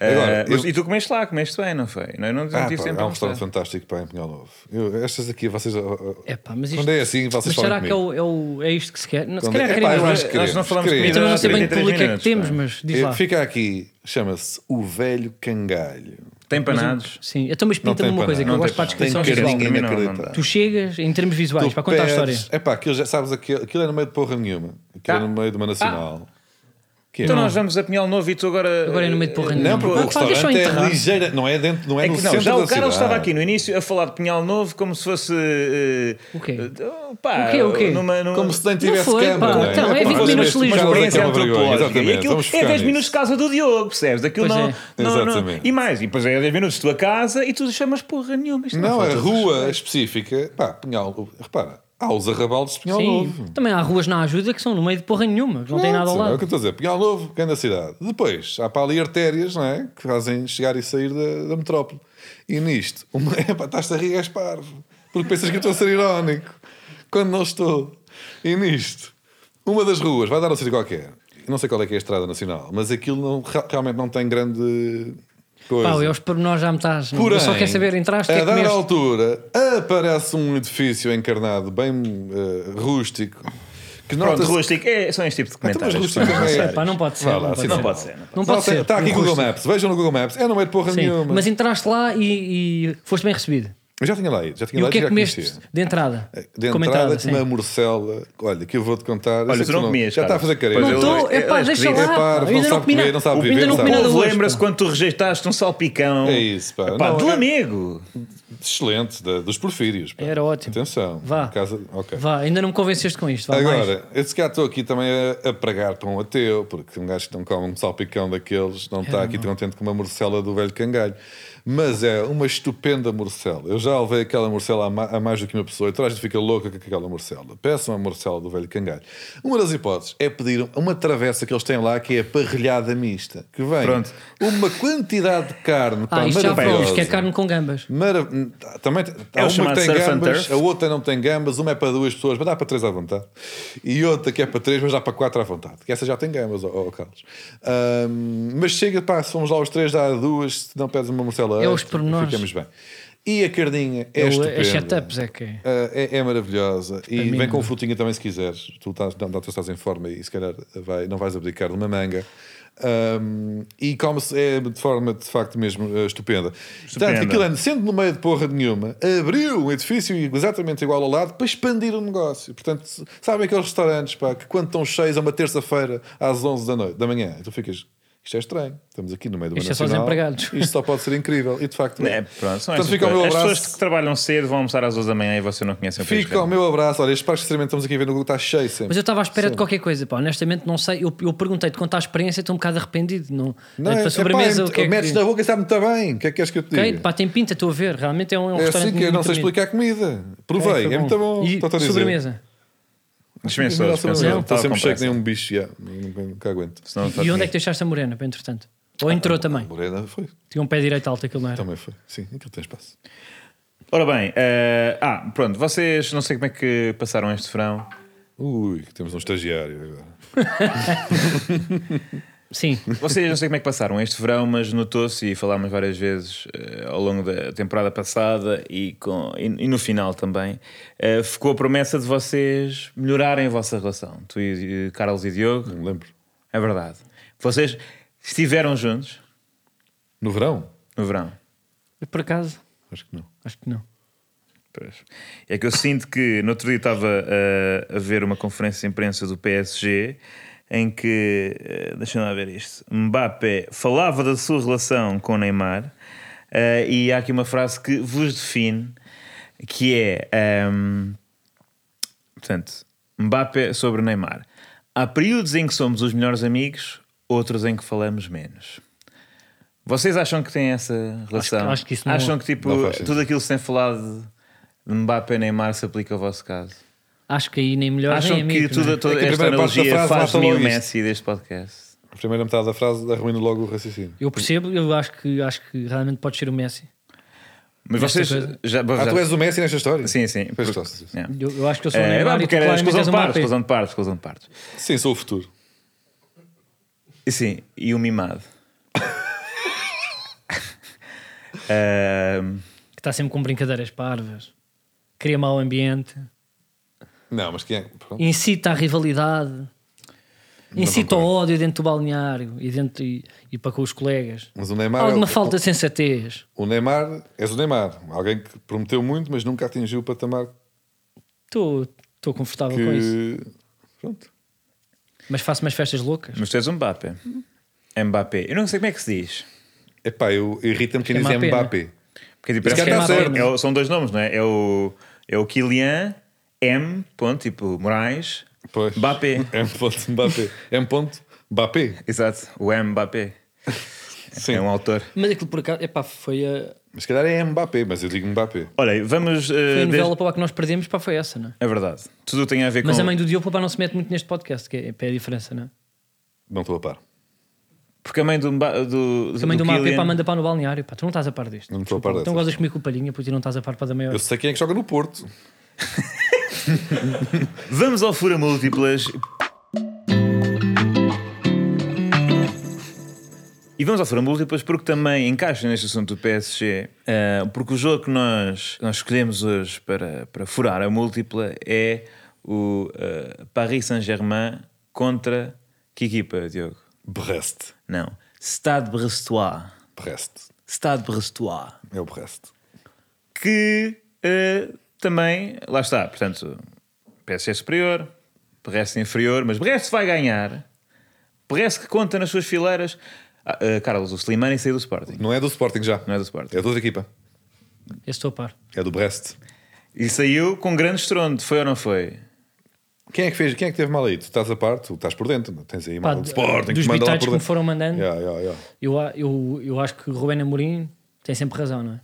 Speaker 1: Agora,
Speaker 3: Ah, mas-
Speaker 1: eu-
Speaker 3: E tu comeste lá, comeste bem, não foi? Não, eu não
Speaker 1: Ah,
Speaker 3: tive
Speaker 1: pá,
Speaker 3: tempo
Speaker 1: há
Speaker 3: a
Speaker 1: um restaurante
Speaker 3: almoçar.
Speaker 1: fantástico para em Pinhal Novo. Eu- estas aqui, vocês. oh, oh,
Speaker 2: É pá, mas isto-
Speaker 1: Quando é assim, vocês
Speaker 2: Mas
Speaker 1: falam
Speaker 2: será
Speaker 1: comigo.
Speaker 2: que é, o, é, o- é isto que se quer? Não, se
Speaker 1: Quando-
Speaker 2: calhar
Speaker 1: Epá,
Speaker 2: queremos,
Speaker 1: eu
Speaker 2: mas-
Speaker 1: acho que
Speaker 3: Nós não
Speaker 1: queremos,
Speaker 3: falamos
Speaker 1: queremos.
Speaker 3: comida.
Speaker 2: Também não sei bem que
Speaker 3: 33
Speaker 2: público é que
Speaker 3: minutos,
Speaker 2: temos,
Speaker 3: pá.
Speaker 2: mas diz lá.
Speaker 1: Eh, Fica aqui, chama-se O Velho Cangalho.
Speaker 3: Tem panados.
Speaker 2: Sim, então mas
Speaker 1: Não tem
Speaker 2: pinta-me uma
Speaker 1: para
Speaker 2: coisa que
Speaker 1: nada.
Speaker 2: eu
Speaker 3: Não
Speaker 2: gosto
Speaker 3: tem
Speaker 2: para a
Speaker 3: para
Speaker 1: Tem
Speaker 2: descrição
Speaker 3: nada.
Speaker 2: geral.
Speaker 3: Tem
Speaker 1: carinho
Speaker 3: Para mim não, não
Speaker 1: inacreditável.
Speaker 3: dá.
Speaker 2: Tu chegas em termos visuais para contar a história.
Speaker 1: É pá, aquilo já sabes, aquilo, aquilo é no meio de porra nenhuma. Aquilo é no
Speaker 3: Ah.
Speaker 1: meio de uma nacional. Que é?
Speaker 3: Então nós vamos a Pinhal Novo e tu agora. eh,
Speaker 2: Agora é no meio de porra
Speaker 1: Não,
Speaker 2: nenhuma.
Speaker 1: porque
Speaker 2: Ah,
Speaker 1: o
Speaker 2: pá, deixa eu
Speaker 1: restaurante é
Speaker 2: enterrar.
Speaker 1: ligeira, não é dentro, não é,
Speaker 3: É
Speaker 1: no
Speaker 3: que não,
Speaker 1: centro
Speaker 3: já
Speaker 1: da
Speaker 3: o Carlos
Speaker 1: cidade.
Speaker 3: estava aqui no início a falar de Pinhal Novo como se fosse. eh,
Speaker 2: O quê?
Speaker 3: eh, pá,
Speaker 2: O quê, o quê?
Speaker 3: Numa, numa...
Speaker 1: Como se nem tivesse
Speaker 2: foi,
Speaker 1: câmara.
Speaker 2: pá.
Speaker 1: não
Speaker 2: Então, é 20
Speaker 1: Como se
Speaker 2: minutos
Speaker 1: tivesse
Speaker 2: livres.
Speaker 1: uma
Speaker 3: uma experiência
Speaker 1: daquela vergonha,
Speaker 3: antropológica. E
Speaker 1: exatamente.
Speaker 3: aquilo
Speaker 1: Vamos
Speaker 3: é
Speaker 1: focar
Speaker 3: 10 minutos
Speaker 1: nisso.
Speaker 3: de casa do Diogo, percebes? Aquilo
Speaker 2: Pois
Speaker 3: não,
Speaker 2: é.
Speaker 3: não, não-
Speaker 1: Exatamente.
Speaker 3: E mais, e depois é 10 minutos de tua casa e tu chamas porra nenhuma. Isto é
Speaker 1: Não,
Speaker 3: faz
Speaker 1: a
Speaker 3: todo
Speaker 1: rua específica, pá, Pinhal, repara, há os arrabaldes de Pinhal Novo.
Speaker 2: Sim, também há ruas na ajuda que são no meio de porra nenhuma, que não tem nada ao
Speaker 1: Pronto, É o
Speaker 2: lado.
Speaker 1: que eu estou a dizer. Pinhal Novo, grande cidade. Depois, há para ali artérias, não é? Que fazem chegar e sair da, da metrópole. E nisto, uma, epá, estás-te a rir, és parvo. Porque pensas que eu estou a ser irónico. Quando não estou. E nisto, uma das ruas, vai dar um sítio qualquer. Eu Não sei qual é que é a estrada nacional, mas aquilo não- re- realmente não tem grande coisa.
Speaker 2: Pá, eu aos pormenores já me estás.
Speaker 1: Porém,
Speaker 2: Eu só quero saber, entraste, o que
Speaker 1: a
Speaker 2: é que
Speaker 1: dada
Speaker 2: comeste?
Speaker 1: altura, aparece um edifício encarnado bem eh, rústico. Que
Speaker 3: Pronto,
Speaker 1: nota-se
Speaker 3: rústico, é, são este tipo de
Speaker 1: então, mas
Speaker 3: comentários.
Speaker 1: rústico também é.
Speaker 2: É pá, não pode ser.
Speaker 1: Vá lá,
Speaker 2: não
Speaker 1: sim,
Speaker 2: pode
Speaker 1: não
Speaker 2: ser.
Speaker 3: pode ser, não tá, pode
Speaker 2: Não pode ser.
Speaker 1: Está aqui
Speaker 2: Um
Speaker 1: Google
Speaker 2: rosto.
Speaker 1: Maps, vejam no Google Maps, é não é de porra
Speaker 2: Sim,
Speaker 1: nenhuma.
Speaker 2: Mas entraste lá e, e foste bem recebido.
Speaker 1: Eu já tinha lá ido, já tinha
Speaker 2: E o
Speaker 1: lá ido,
Speaker 2: que é
Speaker 1: já
Speaker 2: que comeste
Speaker 1: conhecia.
Speaker 2: de entrada?
Speaker 1: De
Speaker 2: Como
Speaker 1: entrada,
Speaker 2: sim.
Speaker 1: com uma morcela. Olha, que eu vou-te contar. Eu
Speaker 3: Olha,
Speaker 1: sei
Speaker 3: tu
Speaker 1: que
Speaker 3: não comias.
Speaker 1: Já está a
Speaker 3: Carlos.
Speaker 1: fazer careta.
Speaker 3: Pois
Speaker 2: Não
Speaker 3: eu-
Speaker 2: tô-
Speaker 3: eu-
Speaker 2: é pá,
Speaker 3: eu
Speaker 2: deixa
Speaker 3: acredito.
Speaker 2: lá.
Speaker 1: É parvo,
Speaker 2: Ainda não
Speaker 1: não sabe
Speaker 2: comi
Speaker 1: comer,
Speaker 2: nada.
Speaker 1: não sabe
Speaker 2: O
Speaker 1: viver,
Speaker 2: ainda não
Speaker 1: não
Speaker 3: O
Speaker 1: sabe.
Speaker 2: comi nada
Speaker 3: povo
Speaker 2: hoje,
Speaker 3: lembra-se
Speaker 2: pá.
Speaker 3: quando tu rejeitaste um salpicão.
Speaker 1: É isso, pá.
Speaker 3: Pá,
Speaker 1: Não,
Speaker 3: do
Speaker 1: é-
Speaker 3: amigo.
Speaker 1: Excelente, da- dos porfírios. pá.
Speaker 2: Era ótimo.
Speaker 1: Atenção.
Speaker 2: Vá.
Speaker 1: Casa, ok.
Speaker 2: Vá, ainda não me convenceste com isto. Vá, mais.
Speaker 1: Agora, esse cá estou aqui também a, a pregar para um ateu, porque um gajo que não come um salpicão daqueles não
Speaker 2: É,
Speaker 1: está aqui contente com uma morcela do velho cangalho. Mas é uma estupenda morcela. Eu já levei aquela morcela a, ma- a mais do que uma pessoa e toda a gente fica louca com aquela morcela. Peçam a morcela do velho cangalho. Uma das hipóteses é pedir uma travessa que eles têm lá que é a parrilhada mista, que vem
Speaker 3: Pronto.
Speaker 1: uma quantidade de carne
Speaker 2: Ah,
Speaker 1: pá,
Speaker 2: isto já
Speaker 1: maravilhosa.
Speaker 2: falamos, que é carne com gambas.
Speaker 1: Mara... Também t-
Speaker 3: É
Speaker 1: há
Speaker 3: o
Speaker 1: uma
Speaker 3: chamado
Speaker 1: que tem
Speaker 3: surf and
Speaker 1: gambas,
Speaker 3: turf.
Speaker 1: a outra não tem gambas, uma é para duas pessoas, mas dá para três à vontade. E outra que é para três, mas dá para quatro à vontade. Que essa já tem gambas, ó ó, Carlos. Ahm, mas chega, pá, somos lá os três, dá duas, se não pedes uma morcela
Speaker 2: É
Speaker 1: extra,
Speaker 2: os pormenores.
Speaker 1: Ficamos bem. E a carninha é,
Speaker 2: É o-
Speaker 1: estupenda.
Speaker 2: as setups é que é.
Speaker 1: Ah, é, é maravilhosa. E
Speaker 2: mim
Speaker 1: vem
Speaker 2: não.
Speaker 1: com frutinha também se quiseres. Tu estás, não, não, tu estás em forma e se calhar vai- não vais abdicar de uma manga. Ahm, e come-se é de forma de facto mesmo eh, estupenda.
Speaker 3: Estupenda.
Speaker 1: Portanto, aquilo ano, sendo no meio de porra nenhuma, abriu um edifício exatamente igual ao lado para expandir o negócio. Portanto, se- sabem aqueles restaurantes pá, que quando estão cheios é uma terça-feira às 11 da noite da manhã, e tu ficas. Isto é estranho. Estamos aqui no meio do
Speaker 2: Isto é só os empregados.
Speaker 1: Isto só pode ser incrível. E de facto.
Speaker 3: É, pronto, são
Speaker 1: Portanto,
Speaker 3: estas
Speaker 1: Então fica o meu
Speaker 3: coisas. As
Speaker 1: abraço.
Speaker 3: pessoas que trabalham cedo vão almoçar às 12 da manhã e você não conhece o país
Speaker 1: Fica o meu abraço. Olha, este parque de estacionamento estamos aqui a ver no Google está cheio sempre.
Speaker 2: Mas eu estava à espera de qualquer coisa, pá. Honestamente, não sei. Eu, eu perguntei-te quanto à experiência, estou um bocado arrependido. Não,
Speaker 1: Não,
Speaker 2: para
Speaker 1: é-
Speaker 2: a sobremesa,
Speaker 1: epá,
Speaker 2: o que é que.
Speaker 1: Metes na boca e sabe muito bem. O que é que queres que eu te
Speaker 2: Ok,
Speaker 1: diga?
Speaker 2: pá, tem pinta, estou a ver. Realmente é um, é um
Speaker 1: é
Speaker 2: restaurante.
Speaker 1: assim que eu não
Speaker 2: muito
Speaker 1: sei
Speaker 2: bonito.
Speaker 1: explicar comida.
Speaker 2: Ok,
Speaker 1: Provei,
Speaker 2: foi
Speaker 1: é muito bom.
Speaker 2: E
Speaker 1: Estou-te a dizer.
Speaker 2: sobremesa.
Speaker 3: Dispensou,
Speaker 1: Não,
Speaker 3: dispensou.
Speaker 1: sobremesa.
Speaker 2: Não,
Speaker 1: Estou
Speaker 3: Estava
Speaker 1: sempre
Speaker 3: tá com
Speaker 1: cheio que
Speaker 3: pressa.
Speaker 1: nem um bicho. já. Nunca nunca aguento.
Speaker 3: Senão tá não é
Speaker 2: E
Speaker 3: faz
Speaker 2: onde é
Speaker 3: ninguém.
Speaker 2: que deixaste a morena, para entretanto? Ou entrou
Speaker 1: Então,
Speaker 2: também?
Speaker 1: Morena foi.
Speaker 2: Tinha um pé direito alto, aquilo não era?
Speaker 1: Também foi. Sim, aquilo tem espaço.
Speaker 3: Ora bem, eh, ah, pronto, vocês não sei como é que passaram este verão.
Speaker 1: Ui, que temos um estagiário agora.
Speaker 2: Sim.
Speaker 3: Vocês não sei como é que passaram este verão, mas notou-se e falámos várias vezes eh, ao longo da temporada passada e, com- e- e no final também. eh, ficou a promessa de vocês melhorarem a vossa relação. Tu e e Carlos e Diogo,
Speaker 1: Não me lembro.
Speaker 3: é verdade. Vocês estiveram juntos
Speaker 1: No verão?
Speaker 3: no verão.
Speaker 2: Por acaso?
Speaker 1: Acho que não.
Speaker 2: Acho que não.
Speaker 3: Pois. É que eu sinto que no outro dia estava eh, a, ver uma conferência de imprensa do PSG em que, eh, deixa-me lá ver isto, Mbappé falava da sua relação com Neymar eh, e há aqui uma frase que vos define que é, ehm, portanto, Mbappé sobre Neymar. Há períodos em que somos os melhores amigos, outros em que falamos menos. Vocês acham que têm essa relação?
Speaker 2: acho que isso não-
Speaker 3: acham que tipo,
Speaker 1: Não faz sentido.
Speaker 3: tudo aquilo que se tem falado de Mbappé e Neymar se aplica ao vosso caso?
Speaker 2: Acho que aí nem melhor
Speaker 3: Acham
Speaker 2: nem
Speaker 3: que
Speaker 2: amigo, não
Speaker 3: toda,
Speaker 2: é?
Speaker 3: toda
Speaker 1: É que a
Speaker 3: esta
Speaker 1: primeira parte da
Speaker 3: analogia
Speaker 1: frase
Speaker 3: faz de
Speaker 1: mata
Speaker 3: mim o
Speaker 1: logo isto.
Speaker 3: Messi deste podcast?
Speaker 1: A primeira metade da frase arruina logo o raciocínio.
Speaker 2: Eu percebo, eu acho que, acho que realmente pode ser o Messi.
Speaker 3: Mas
Speaker 2: Esta
Speaker 3: vocês
Speaker 2: coisa.
Speaker 3: já,
Speaker 1: Ah,
Speaker 3: já-
Speaker 1: tu és o Messi nesta história?
Speaker 3: é. Sim, sim.
Speaker 1: Pois
Speaker 3: Porque-
Speaker 1: estás.
Speaker 3: É.
Speaker 2: Eu, eu acho que eu sou o
Speaker 3: É,
Speaker 2: Neymar
Speaker 3: não,
Speaker 2: e tu
Speaker 3: porque era
Speaker 2: claramente
Speaker 3: exclusão
Speaker 2: és
Speaker 3: de
Speaker 2: um
Speaker 3: partes,
Speaker 2: Mbappé.
Speaker 3: exclusão de partes, exclusão de partes.
Speaker 1: Sim, sou o futuro.
Speaker 3: E Sim, e o mimado. Ahm,
Speaker 2: Que está sempre com brincadeiras parvas. Cria mau ambiente.
Speaker 1: Não, mas quem é? Pronto.
Speaker 2: Incita à rivalidade. Incita ao
Speaker 1: concordo.
Speaker 2: ódio dentro do balneário e, dentro, e, e para com os colegas.
Speaker 1: Mas o Neymar. é
Speaker 2: Alguma
Speaker 1: o-
Speaker 2: falta de sensatez.
Speaker 1: O Neymar, és o Neymar, alguém que prometeu muito, mas nunca atingiu o patamar
Speaker 2: Estou estou confortável com isso.
Speaker 1: que. Pronto.
Speaker 2: Mas faço umas festas loucas.
Speaker 3: mas tu és um Mbappé. Mbappé. Eu não sei como é que se diz.
Speaker 1: Epá, eu irrita-me quem
Speaker 2: É
Speaker 1: diz
Speaker 2: Mbappé,
Speaker 1: Mbappé.
Speaker 3: Porque tipo,
Speaker 1: Mas
Speaker 3: parece
Speaker 1: cá
Speaker 3: que é
Speaker 1: está
Speaker 3: Mbappé,
Speaker 1: certo.
Speaker 3: é o- são dois nomes, não é? É o, é o Kylian M. Ponto, tipo Moraes.
Speaker 1: Pois.
Speaker 3: Mbappé.
Speaker 1: É um ponto Mbappé. É um ponto Mbappé.
Speaker 3: Exato, o Mbappé.
Speaker 1: Sim.
Speaker 3: É um autor.
Speaker 2: Mas aquilo por acaso, epá, foi a,
Speaker 1: Mas se calhar é Mbappé, mas eu digo Mbappé.
Speaker 3: Olha, vamos. eh,
Speaker 2: foi a
Speaker 3: desde-
Speaker 2: novela para lá que nós perdemos, pá, foi essa, não é?
Speaker 3: É verdade. Tudo tem a ver
Speaker 2: Mas
Speaker 3: com.
Speaker 2: a mãe do Diogo pá, não se mete muito neste podcast, que é, é a diferença, não é?
Speaker 1: Não estou a par.
Speaker 3: Porque a mãe do. Mba- do
Speaker 2: Também do Mbappé
Speaker 3: Kylian-
Speaker 2: pá, manda para no balneário, pá, tu não estás a par disto.
Speaker 1: Não estou a par
Speaker 2: Então
Speaker 1: dessas.
Speaker 2: gozas comigo com o palhinha, porque tu não estás a par para da maior.
Speaker 1: Eu sei quem é que joga no Porto.
Speaker 3: Vamos ao Fura Múltiplas. E vamos ao Fura Múltiplas porque também encaixa neste assunto do PSG, eh, porque o jogo que nós, nós escolhemos hoje para, para furar a múltipla é o eh, Paris Saint-Germain contra que equipa, Diogo?
Speaker 1: Brest.
Speaker 3: Não. Stade Brestois.
Speaker 1: Brest.
Speaker 3: Stade Brestois.
Speaker 1: É o Brest.
Speaker 3: que eh, também, lá está, portanto, PSG é superior, Brest é inferior, mas Brest vai ganhar. Brest que conta nas suas fileiras. Ah, eh, Carlos, o Slimani saiu do Sporting.
Speaker 1: Não é do Sporting já.
Speaker 3: Não é do Sporting.
Speaker 1: É de outra equipa.
Speaker 2: Esse estou a par.
Speaker 1: É do Brest.
Speaker 3: E saiu com grande estrondo, foi ou não foi?
Speaker 1: Quem é que fez? Quem é que teve mal aí? Tu estás a parte, tu estás por dentro, não? tens aí
Speaker 2: Pá,
Speaker 1: mal do
Speaker 2: de-
Speaker 1: Sporting,
Speaker 2: dos
Speaker 1: que manda lá
Speaker 2: bitates que
Speaker 1: por
Speaker 2: me
Speaker 1: dentro.
Speaker 2: foram mandando,
Speaker 1: Yeah, yeah, yeah.
Speaker 2: eu, a- eu, eu acho que o Rubén Amorim tem sempre razão, não é?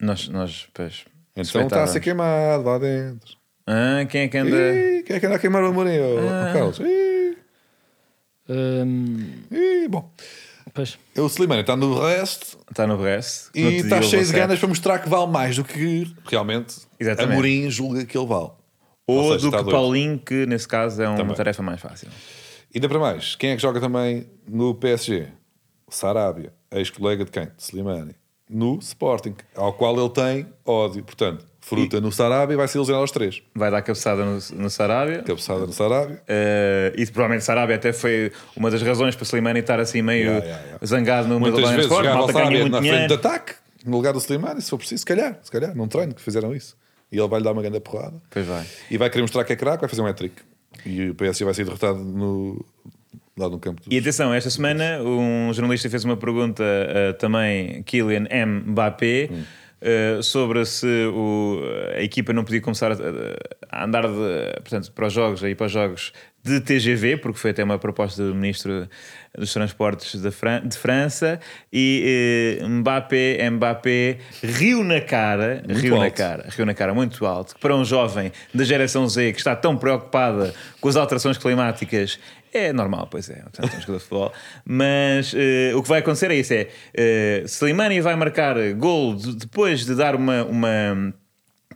Speaker 3: Nós, nós pois,
Speaker 1: Então está a
Speaker 3: suspeitávamos.
Speaker 1: ser queimado lá dentro.
Speaker 3: Ah, quem é que anda?
Speaker 1: Ih, quem é que anda a queimar o Amorim? ó, ó Carlos. Ih,
Speaker 2: Hum,
Speaker 1: ih, bom,
Speaker 2: pois,
Speaker 1: o Slimani está no Brest
Speaker 3: Está Tá no Brest. No
Speaker 1: e
Speaker 3: outro
Speaker 1: está
Speaker 3: dia
Speaker 1: cheio de
Speaker 3: levou sete.
Speaker 1: ganas para mostrar que vale mais do que realmente
Speaker 3: Exatamente.
Speaker 1: Amorim julga que ele vale.
Speaker 3: Ou
Speaker 1: seja,
Speaker 3: do
Speaker 1: está
Speaker 3: que
Speaker 1: doido.
Speaker 3: Paulinho, que nesse caso é uma
Speaker 1: Também.
Speaker 3: tarefa mais fácil.
Speaker 1: Ainda para mais, quem é que joga também no PSG? O Sarabia, ex-colega de quem? De Slimani. No Sporting, ao qual ele tem ódio. Portanto, fruta no Sarabia vai ser ilusionado aos três.
Speaker 3: Vai dar cabeçada no, no Sarabia.
Speaker 1: Cabeçada no Sarabia.
Speaker 3: Eh, e provavelmente Sarabia até foi uma das razões para Slimani estar assim meio
Speaker 1: Yeah, yeah, yeah.
Speaker 3: zangado no
Speaker 1: Muitas
Speaker 3: Madalena
Speaker 1: vezes
Speaker 3: Sport.
Speaker 1: jogava o
Speaker 3: Malta ganha
Speaker 1: Sarabia
Speaker 3: muito
Speaker 1: na frente de
Speaker 3: dinheiro.
Speaker 1: ataque, no lugar do Slimani, se for preciso, se calhar, se calhar, num treino que fizeram isso. E ele vai lhe dar uma grande porrada.
Speaker 3: Pois vai.
Speaker 1: E vai querer mostrar que é craque, vai fazer um hat-trick. E o PSG vai ser derrotado no, lá no campo. Dos...
Speaker 3: E atenção, esta semana um jornalista fez uma pergunta eh, também, Kylian M. Mbappé, eh, sobre se o- a equipa não podia começar a, a andar de- portanto, para os jogos, aí para os jogos de TGV, porque foi até uma proposta do ministro dos Transportes da Fran- de França, e eh, Mbappé, Mbappé riu na cara, riu na
Speaker 1: alto.
Speaker 3: cara cara, riu na cara muito alto, que para um jovem da geração Z que está tão preocupada com as alterações climáticas é normal, pois é, portanto, é um jogador de futebol. Mas eh, o que vai acontecer é isso: é eh, Slimani vai marcar gol de- depois de dar uma, uma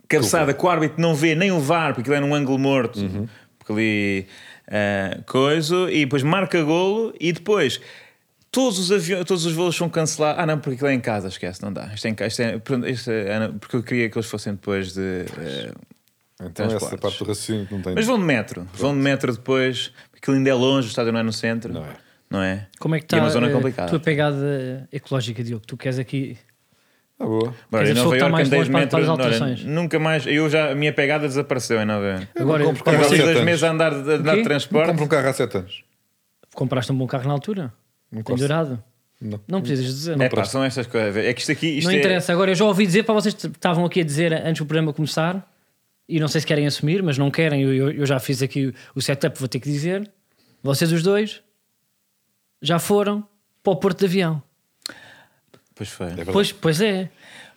Speaker 3: cabeçada que o árbitro não vê nem o VAR, porque ele é num ângulo morto,
Speaker 1: Uhum.
Speaker 3: porque ali ah, coisa, e depois marca golo e depois. Todos os, aviões, todos os voos são cancelados. Ah, não, porque aquilo é em casa, esquece, não dá. Isto é em casa, isto é- portanto, isto é- ah, não, porque eu queria que eles fossem depois de. eh,
Speaker 1: Então essa
Speaker 3: transportes.
Speaker 1: parte do raciocínio que não tem.
Speaker 3: mas vão de metro, vão de metro depois, porque aquilo ainda é longe, o estádio não é no centro.
Speaker 1: Não é.
Speaker 3: Não é?
Speaker 2: como é que
Speaker 3: E
Speaker 2: está
Speaker 3: é uma zona
Speaker 2: eh,
Speaker 3: complicada.
Speaker 2: a tua pegada ecológica, Diogo? Tu queres aqui.
Speaker 1: Ah, boa.
Speaker 3: Olha,
Speaker 2: Queres
Speaker 3: em
Speaker 2: a pessoa
Speaker 3: Nova
Speaker 2: que está
Speaker 3: Iorque,
Speaker 2: mais
Speaker 3: em 10
Speaker 2: longe para- para as
Speaker 3: metros, olha,
Speaker 2: alterações?
Speaker 3: nunca mais. Eu já, a minha pegada desapareceu em Nova Iorque.
Speaker 2: Agora,
Speaker 1: compro
Speaker 2: para
Speaker 1: carro.
Speaker 2: você-
Speaker 3: Passei
Speaker 1: sete
Speaker 3: dois
Speaker 1: anos.
Speaker 3: meses a andar de, a andar de
Speaker 2: quê?
Speaker 1: Não
Speaker 3: transporte.
Speaker 1: compro um carro há 7 anos.
Speaker 2: compraste um bom carro na altura? Tem
Speaker 1: gosto.
Speaker 2: dourado?
Speaker 1: Não.
Speaker 2: Não precisas dizer, não.
Speaker 3: É pá, são estas coisas. É que isto aqui. Isto
Speaker 2: não
Speaker 3: é-
Speaker 2: interessa. Agora, eu já ouvi dizer para vocês que estavam aqui a dizer antes do programa começar, e não sei se querem assumir, mas não querem. Eu, eu- eu já fiz aqui o- o setup, vou ter que dizer. Vocês os dois já foram para o Porto de Avião.
Speaker 3: Pois foi.
Speaker 2: Pois, pois é.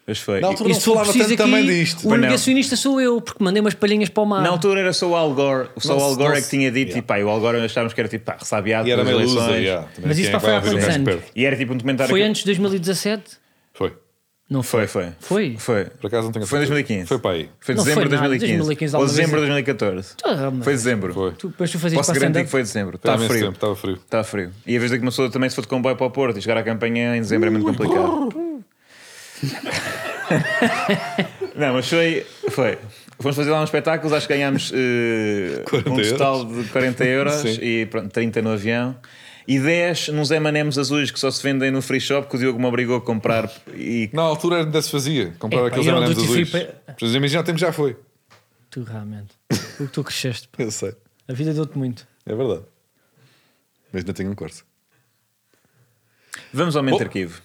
Speaker 3: Pois foi.
Speaker 1: Na altura
Speaker 2: E
Speaker 1: não se
Speaker 2: sou
Speaker 1: falava
Speaker 2: preciso
Speaker 1: tanto
Speaker 2: aqui,
Speaker 1: também disto.
Speaker 2: O
Speaker 3: Pois não.
Speaker 2: negacionista sou eu, porque mandei umas palhinhas para o mar.
Speaker 3: Na altura era só o Al Gore. Só
Speaker 1: Não
Speaker 3: o
Speaker 1: se-
Speaker 3: Al Gore
Speaker 1: não
Speaker 3: é que
Speaker 1: se-
Speaker 3: tinha dito,
Speaker 1: Yeah.
Speaker 3: e pá, e o Al Gore nós achávamos que era tipo, pá, ressabiado
Speaker 1: E era
Speaker 3: pelas
Speaker 1: meio
Speaker 3: eleições.
Speaker 1: lusa, yeah. Também
Speaker 2: Mas isso
Speaker 1: quem é
Speaker 2: já
Speaker 1: que
Speaker 2: foi
Speaker 1: vai
Speaker 2: há
Speaker 1: ouvir um
Speaker 2: quantos
Speaker 1: gajo
Speaker 2: anos?
Speaker 1: perto?
Speaker 3: E era tipo um documentário.
Speaker 2: Foi
Speaker 3: que-
Speaker 2: antes de 2017?
Speaker 1: Foi.
Speaker 2: Não foi.
Speaker 3: Foi, foi.
Speaker 2: Foi?
Speaker 3: Foi.
Speaker 1: Por acaso não tenho a
Speaker 3: Foi em
Speaker 1: certeza.
Speaker 3: 2015.
Speaker 1: Foi para aí.
Speaker 3: Foi
Speaker 2: Não
Speaker 3: dezembro
Speaker 2: foi
Speaker 3: de
Speaker 2: nada,
Speaker 3: 2015.
Speaker 2: 2015,
Speaker 3: Ou
Speaker 2: alguma
Speaker 3: dezembro de
Speaker 2: vez.
Speaker 3: 2014.
Speaker 2: Ah, mas-
Speaker 3: Foi dezembro.
Speaker 1: Foi.
Speaker 2: Tu, depois tu fazias
Speaker 3: Posso garantir
Speaker 2: stand-up?
Speaker 3: que foi dezembro.
Speaker 1: Foi há
Speaker 3: Está
Speaker 1: imenso
Speaker 3: frio.
Speaker 1: tempo, estava frio.
Speaker 3: Está Tá frio. E a vez de que uma pessoa também se for de comboio para o Porto e chegar à campanha em dezembro é muito complicado. não, mas foi. foi. Fomos fazer lá uns espetáculos, acho que ganhámos eh,
Speaker 1: 40
Speaker 3: um
Speaker 1: euros.
Speaker 3: total de 40 euros
Speaker 1: Sim.
Speaker 3: e pronto, 30 no avião. E 10 nos M&M's azuis que só se vendem no free shop que o Diogo me obrigou a comprar e
Speaker 1: Na altura ainda se fazia, comprar
Speaker 2: Epá,
Speaker 1: aqueles
Speaker 2: ir ao
Speaker 1: M&M's
Speaker 2: duty free
Speaker 1: azuis.
Speaker 2: pa-
Speaker 1: Mas imagina, o tempo já foi.
Speaker 2: Tu realmente. O que tu cresceste. pá.
Speaker 1: Eu sei,
Speaker 2: A vida deu-te muito.
Speaker 1: é verdade. Mas ainda tenho um corte.
Speaker 3: Vamos ao
Speaker 1: Oh.
Speaker 3: mente arquivo.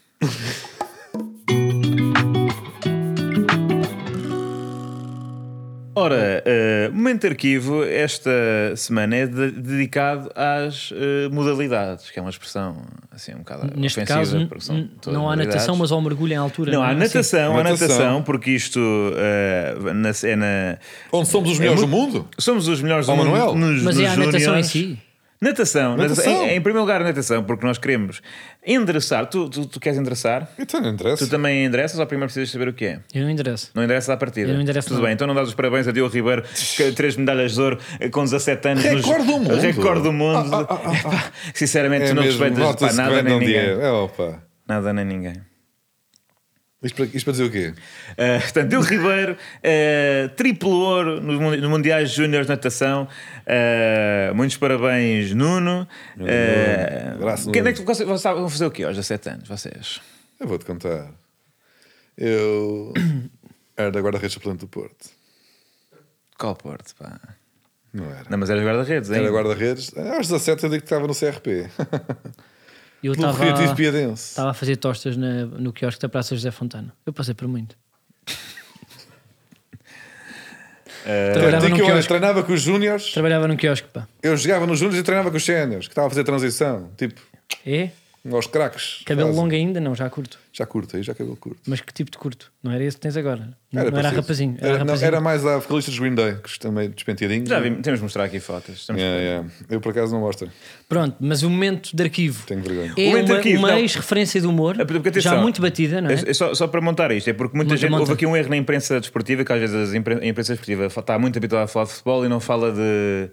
Speaker 3: Ora, uh, momento arquivo esta semana é de- dedicado às eh, modalidades, que é uma expressão assim um bocado
Speaker 2: Neste
Speaker 3: ofensiva.
Speaker 2: caso, n-
Speaker 3: porque são
Speaker 2: n-
Speaker 3: todas
Speaker 2: não há natação,
Speaker 3: modalidades.
Speaker 2: mas ao mergulho em altura.
Speaker 3: Não,
Speaker 2: é
Speaker 3: há
Speaker 2: assim?
Speaker 3: natação, há
Speaker 1: Natação.
Speaker 3: natação, porque isto eh, na, é na.
Speaker 1: Onde somos os melhores
Speaker 3: É
Speaker 1: do mundo?
Speaker 3: Somos os melhores do
Speaker 1: Ó,
Speaker 3: mundo
Speaker 1: Oh. Manuel.
Speaker 3: nos,
Speaker 2: Mas
Speaker 3: nos
Speaker 2: é a natação em
Speaker 3: júniores.
Speaker 2: si.
Speaker 3: Natação, natação.
Speaker 1: Natação.
Speaker 3: Em, em primeiro lugar, a natação, porque nós queremos endereçar. Tu, tu, tu queres endereçar?
Speaker 1: Então não
Speaker 3: Tu
Speaker 1: interessa.
Speaker 3: também endereças ou primeiro precisas saber o que é?
Speaker 2: Eu não endereço.
Speaker 3: Não endereças à partida.
Speaker 2: Eu não endereço
Speaker 3: Tudo
Speaker 2: nada.
Speaker 3: bem, então não dás os parabéns a Diogo Ribeiro, que- três medalhas de ouro eh, com 17 anos. nos-
Speaker 1: Recorde do mundo.
Speaker 3: Recorde do mundo.
Speaker 1: Ah, ah, ah, ah.
Speaker 3: Epá, sinceramente,
Speaker 1: É
Speaker 3: tu não
Speaker 1: mesmo,
Speaker 3: respeitas pá,
Speaker 1: nota-se que
Speaker 3: nada
Speaker 1: vem de
Speaker 3: nem
Speaker 1: onde
Speaker 3: ninguém.
Speaker 1: é. É, opa.
Speaker 3: Nada nem ninguém.
Speaker 1: Isto para, isto para dizer o quê?
Speaker 3: Uh, portanto, Diogo Ribeiro, uh, triplo ouro nos mun- nos Mundiais Júniores de Natação. Uh, muitos parabéns, Nuno. Uh,
Speaker 1: Graças,
Speaker 3: quem
Speaker 1: Nuno.
Speaker 3: é que vocês, vocês vão fazer o quê aos 17 anos? Vocês?
Speaker 1: Eu vou-te contar. Eu Era da guarda-redes suplente do Porto.
Speaker 3: Qual Porto, pá?
Speaker 1: Não era.
Speaker 3: Não, mas eras guarda-redes, hein?
Speaker 1: Era guarda-redes. Aos 17 eu digo que estava no CRP.
Speaker 2: Eu
Speaker 1: Pelo Recreativo
Speaker 2: estava
Speaker 1: Piadense.
Speaker 2: a fazer tostas na- no quiosque da Praça José Fontana. Eu passei por muito. Trabalhava
Speaker 1: Tanto
Speaker 2: num
Speaker 1: que eu era-
Speaker 2: quiosque,
Speaker 1: treinava com os júniores,
Speaker 2: trabalhava num quiosque, pá.
Speaker 1: eu jogava nos júniores e treinava com os séniores, que estava a fazer transição. Tipo,
Speaker 2: É?
Speaker 1: aos craques.
Speaker 2: Cabelo
Speaker 1: quase.
Speaker 2: longo ainda? Não, já curto.
Speaker 1: Já curto, aí já cabelo curto.
Speaker 2: Mas que tipo de curto? Não era esse que tens agora? Não não era
Speaker 1: parecido.
Speaker 2: rapazinho. Era,
Speaker 1: Era, não,
Speaker 2: rapazinho.
Speaker 1: era mais a vocalista dos Green Day, que está meio despenteadinho.
Speaker 3: Já vimos, temos de mostrar aqui fotos. Estamos-
Speaker 1: Yeah, yeah. Eu por acaso não mostro,
Speaker 2: Pronto, mas o momento de arquivo
Speaker 1: tenho vergonha.
Speaker 2: é
Speaker 3: O momento de
Speaker 2: uma,
Speaker 3: arquivo,
Speaker 2: uma
Speaker 3: não.
Speaker 2: ex-referência de humor
Speaker 3: É porque, atenção,
Speaker 2: já muito batida, não é?
Speaker 3: é- é só, só para montar isto, é porque muita
Speaker 2: Monta,
Speaker 3: gente.
Speaker 2: monta.
Speaker 3: Houve aqui um erro na imprensa desportiva, que às vezes as impren- a imprensa desportiva fa- está muito habituada a falar de futebol e não fala de.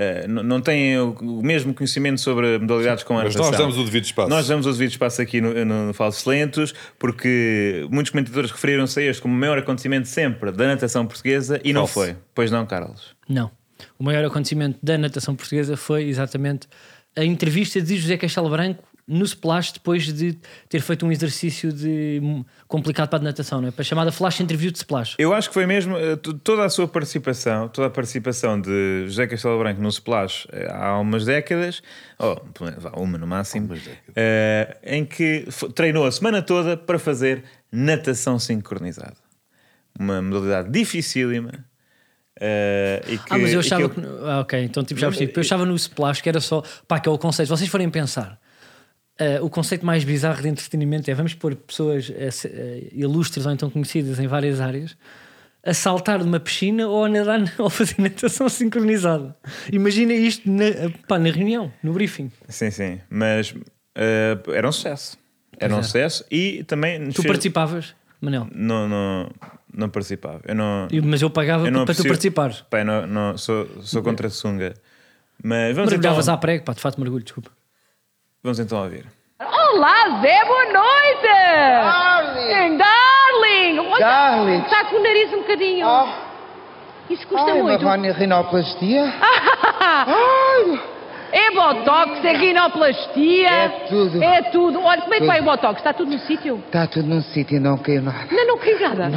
Speaker 3: eh, n- não tem o, o mesmo conhecimento sobre modalidades com a
Speaker 1: Mas nós damos o devido espaço.
Speaker 3: Nós damos o devido espaço aqui no, no Falsos Lentos, porque muitos comentadores referiram-se a este como o maior acontecimento sempre da natação portuguesa e não
Speaker 1: Falso.
Speaker 3: foi. Pois não, Carlos.
Speaker 2: Não. O maior acontecimento da natação portuguesa foi exatamente a entrevista de José Castelo Branco no Splash depois de ter feito um exercício de hum, complicado para a natação, não é? Para a chamada flash interview de Splash.
Speaker 3: Eu acho que foi mesmo eh, to- toda a sua participação, toda a participação de José Castelo Branco no Splash eh, há umas décadas, ou pelo menos, vá, uma no máximo, eh, em que fo- treinou a semana toda para fazer natação sincronizada. Uma modalidade dificílima. eh, e que,
Speaker 2: Ah, mas eu
Speaker 3: e que
Speaker 2: achava que. Ah, ok, então tipo, já percebi. Eu achava no Splash que era só. Pá, que é o conceito. Se vocês forem pensar, ah, o conceito mais bizarro de entretenimento é vamos pôr pessoas ah, se- ah, ilustres ou então conhecidas em várias áreas a saltar de uma piscina ou a nadar ou a fazer natação sincronizada. Imagina isto na, pá, na reunião, no briefing.
Speaker 3: Sim, sim. Mas eh, era um sucesso. Era um
Speaker 2: é.
Speaker 3: sucesso e também. nos
Speaker 2: Tu
Speaker 3: fez-
Speaker 2: participavas, Manel,
Speaker 3: Não, não, não participava. Eu não.
Speaker 2: Eu- mas eu pagava
Speaker 3: Eu não
Speaker 2: para tu
Speaker 3: aprecio-
Speaker 2: participares.
Speaker 3: Pá, eu não, não- sou, sou contra a sunga. Mas vamos então,
Speaker 2: Mergulhavas à prego, pá, de fato mergulho, desculpa.
Speaker 3: vamos então ouvir.
Speaker 4: Olá, Zé, boa noite! Darling! Darling! Olha,
Speaker 5: Darling.
Speaker 4: Está com o nariz um bocadinho.
Speaker 5: Ah,
Speaker 4: Isso custa
Speaker 5: ai,
Speaker 4: muito. Ah.
Speaker 5: mas vai na rinoplastia? Ai,
Speaker 4: É botox, é guinoplastia.
Speaker 5: É tudo.
Speaker 4: É tudo. Olha, como é que
Speaker 5: Tudo.
Speaker 4: vai o botox? Está tudo no sítio?
Speaker 5: está Tá tudo num sítio e não caiu nada.
Speaker 4: Não, não caiu nada.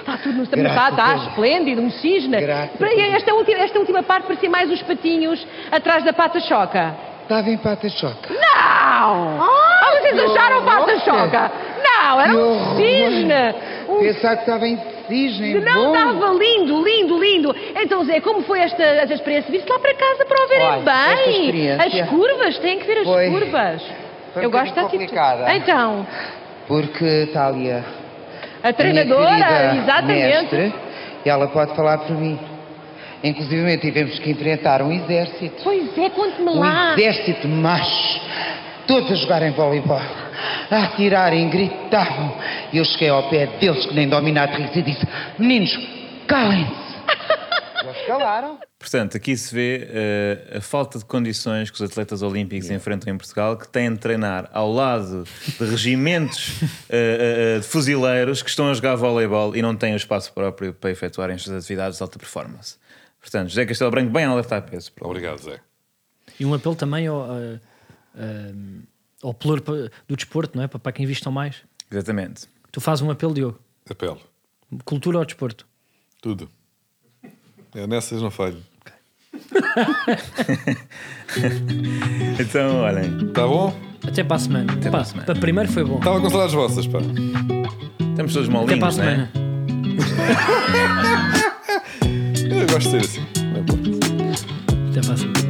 Speaker 4: Está tudo no sítio.
Speaker 5: Graças
Speaker 4: Está, está
Speaker 5: a Deus.
Speaker 4: esplêndido, um cisne.
Speaker 5: Graças
Speaker 4: Para-
Speaker 5: a Deus.
Speaker 4: Esta última, esta última parte parecia mais uns patinhos atrás da pata choca.
Speaker 5: Estava em pata choca.
Speaker 4: Não! Ah, vocês
Speaker 5: que
Speaker 4: acharam pata
Speaker 5: horror.
Speaker 4: choca? Não, era
Speaker 5: Que
Speaker 4: um
Speaker 5: horror.
Speaker 4: cisne. Um
Speaker 5: Pensar que estava em cisne,
Speaker 4: Não
Speaker 5: bom.
Speaker 4: estava lindo, lindo, lindo. Então, Zé, como foi esta, esta experiência? Viste lá para casa para o verem
Speaker 5: Olha, esta
Speaker 4: bem.
Speaker 5: experiência
Speaker 4: As curvas, têm que ver as
Speaker 5: foi-
Speaker 4: curvas.
Speaker 5: foi um
Speaker 4: Eu gosto da
Speaker 5: bocadinho
Speaker 4: atitude.
Speaker 5: complicada.
Speaker 4: Então,
Speaker 5: Porque, tá Thalia,
Speaker 4: a
Speaker 5: a minha
Speaker 4: treinadora,
Speaker 5: querida
Speaker 4: exatamente.
Speaker 5: mestre, ela pode falar por mim. Inclusive tivemos que enfrentar um exército.
Speaker 4: Pois é, conte-me
Speaker 5: Um
Speaker 4: lá.
Speaker 5: exército de machos. Todos a jogarem voleibol. A atirarem, gritavam. E eu cheguei ao pé deles que nem dominatrix e disse, meninos, calem-se. Eles calaram.
Speaker 3: Portanto, aqui se vê eh, a falta de condições que os atletas olímpicos enfrentam em Portugal, que têm de treinar ao lado de regimentos eh, eh, eh, de fuzileiros que estão a jogar voleibol e não têm o espaço próprio para efetuarem as suas atividades de alta performance. Portanto, José Castelo Branco bem a alertar para esse problema.
Speaker 1: Obrigado, Zé.
Speaker 2: E um apelo também ao, ah, ah, ao pluro pa- do desporto, não é? Para para que investam mais.
Speaker 3: Exatamente.
Speaker 2: Tu fazes um apelo, Diogo.
Speaker 1: Apelo.
Speaker 2: Cultura ao desporto.
Speaker 1: Tudo. Eu nessas não falho.
Speaker 3: Então, olhem,
Speaker 1: Está Tá bom?
Speaker 2: Até para a semana.
Speaker 3: Até
Speaker 2: Pá,
Speaker 3: para a semana.
Speaker 2: para primeiro foi bom.
Speaker 1: Estava com saudades vossas, pá.
Speaker 3: estamos todos
Speaker 2: Até para a
Speaker 3: molinhos, não é?
Speaker 2: semana.
Speaker 1: Eu gosto de ser assim. Não importa.
Speaker 2: Até para a semana.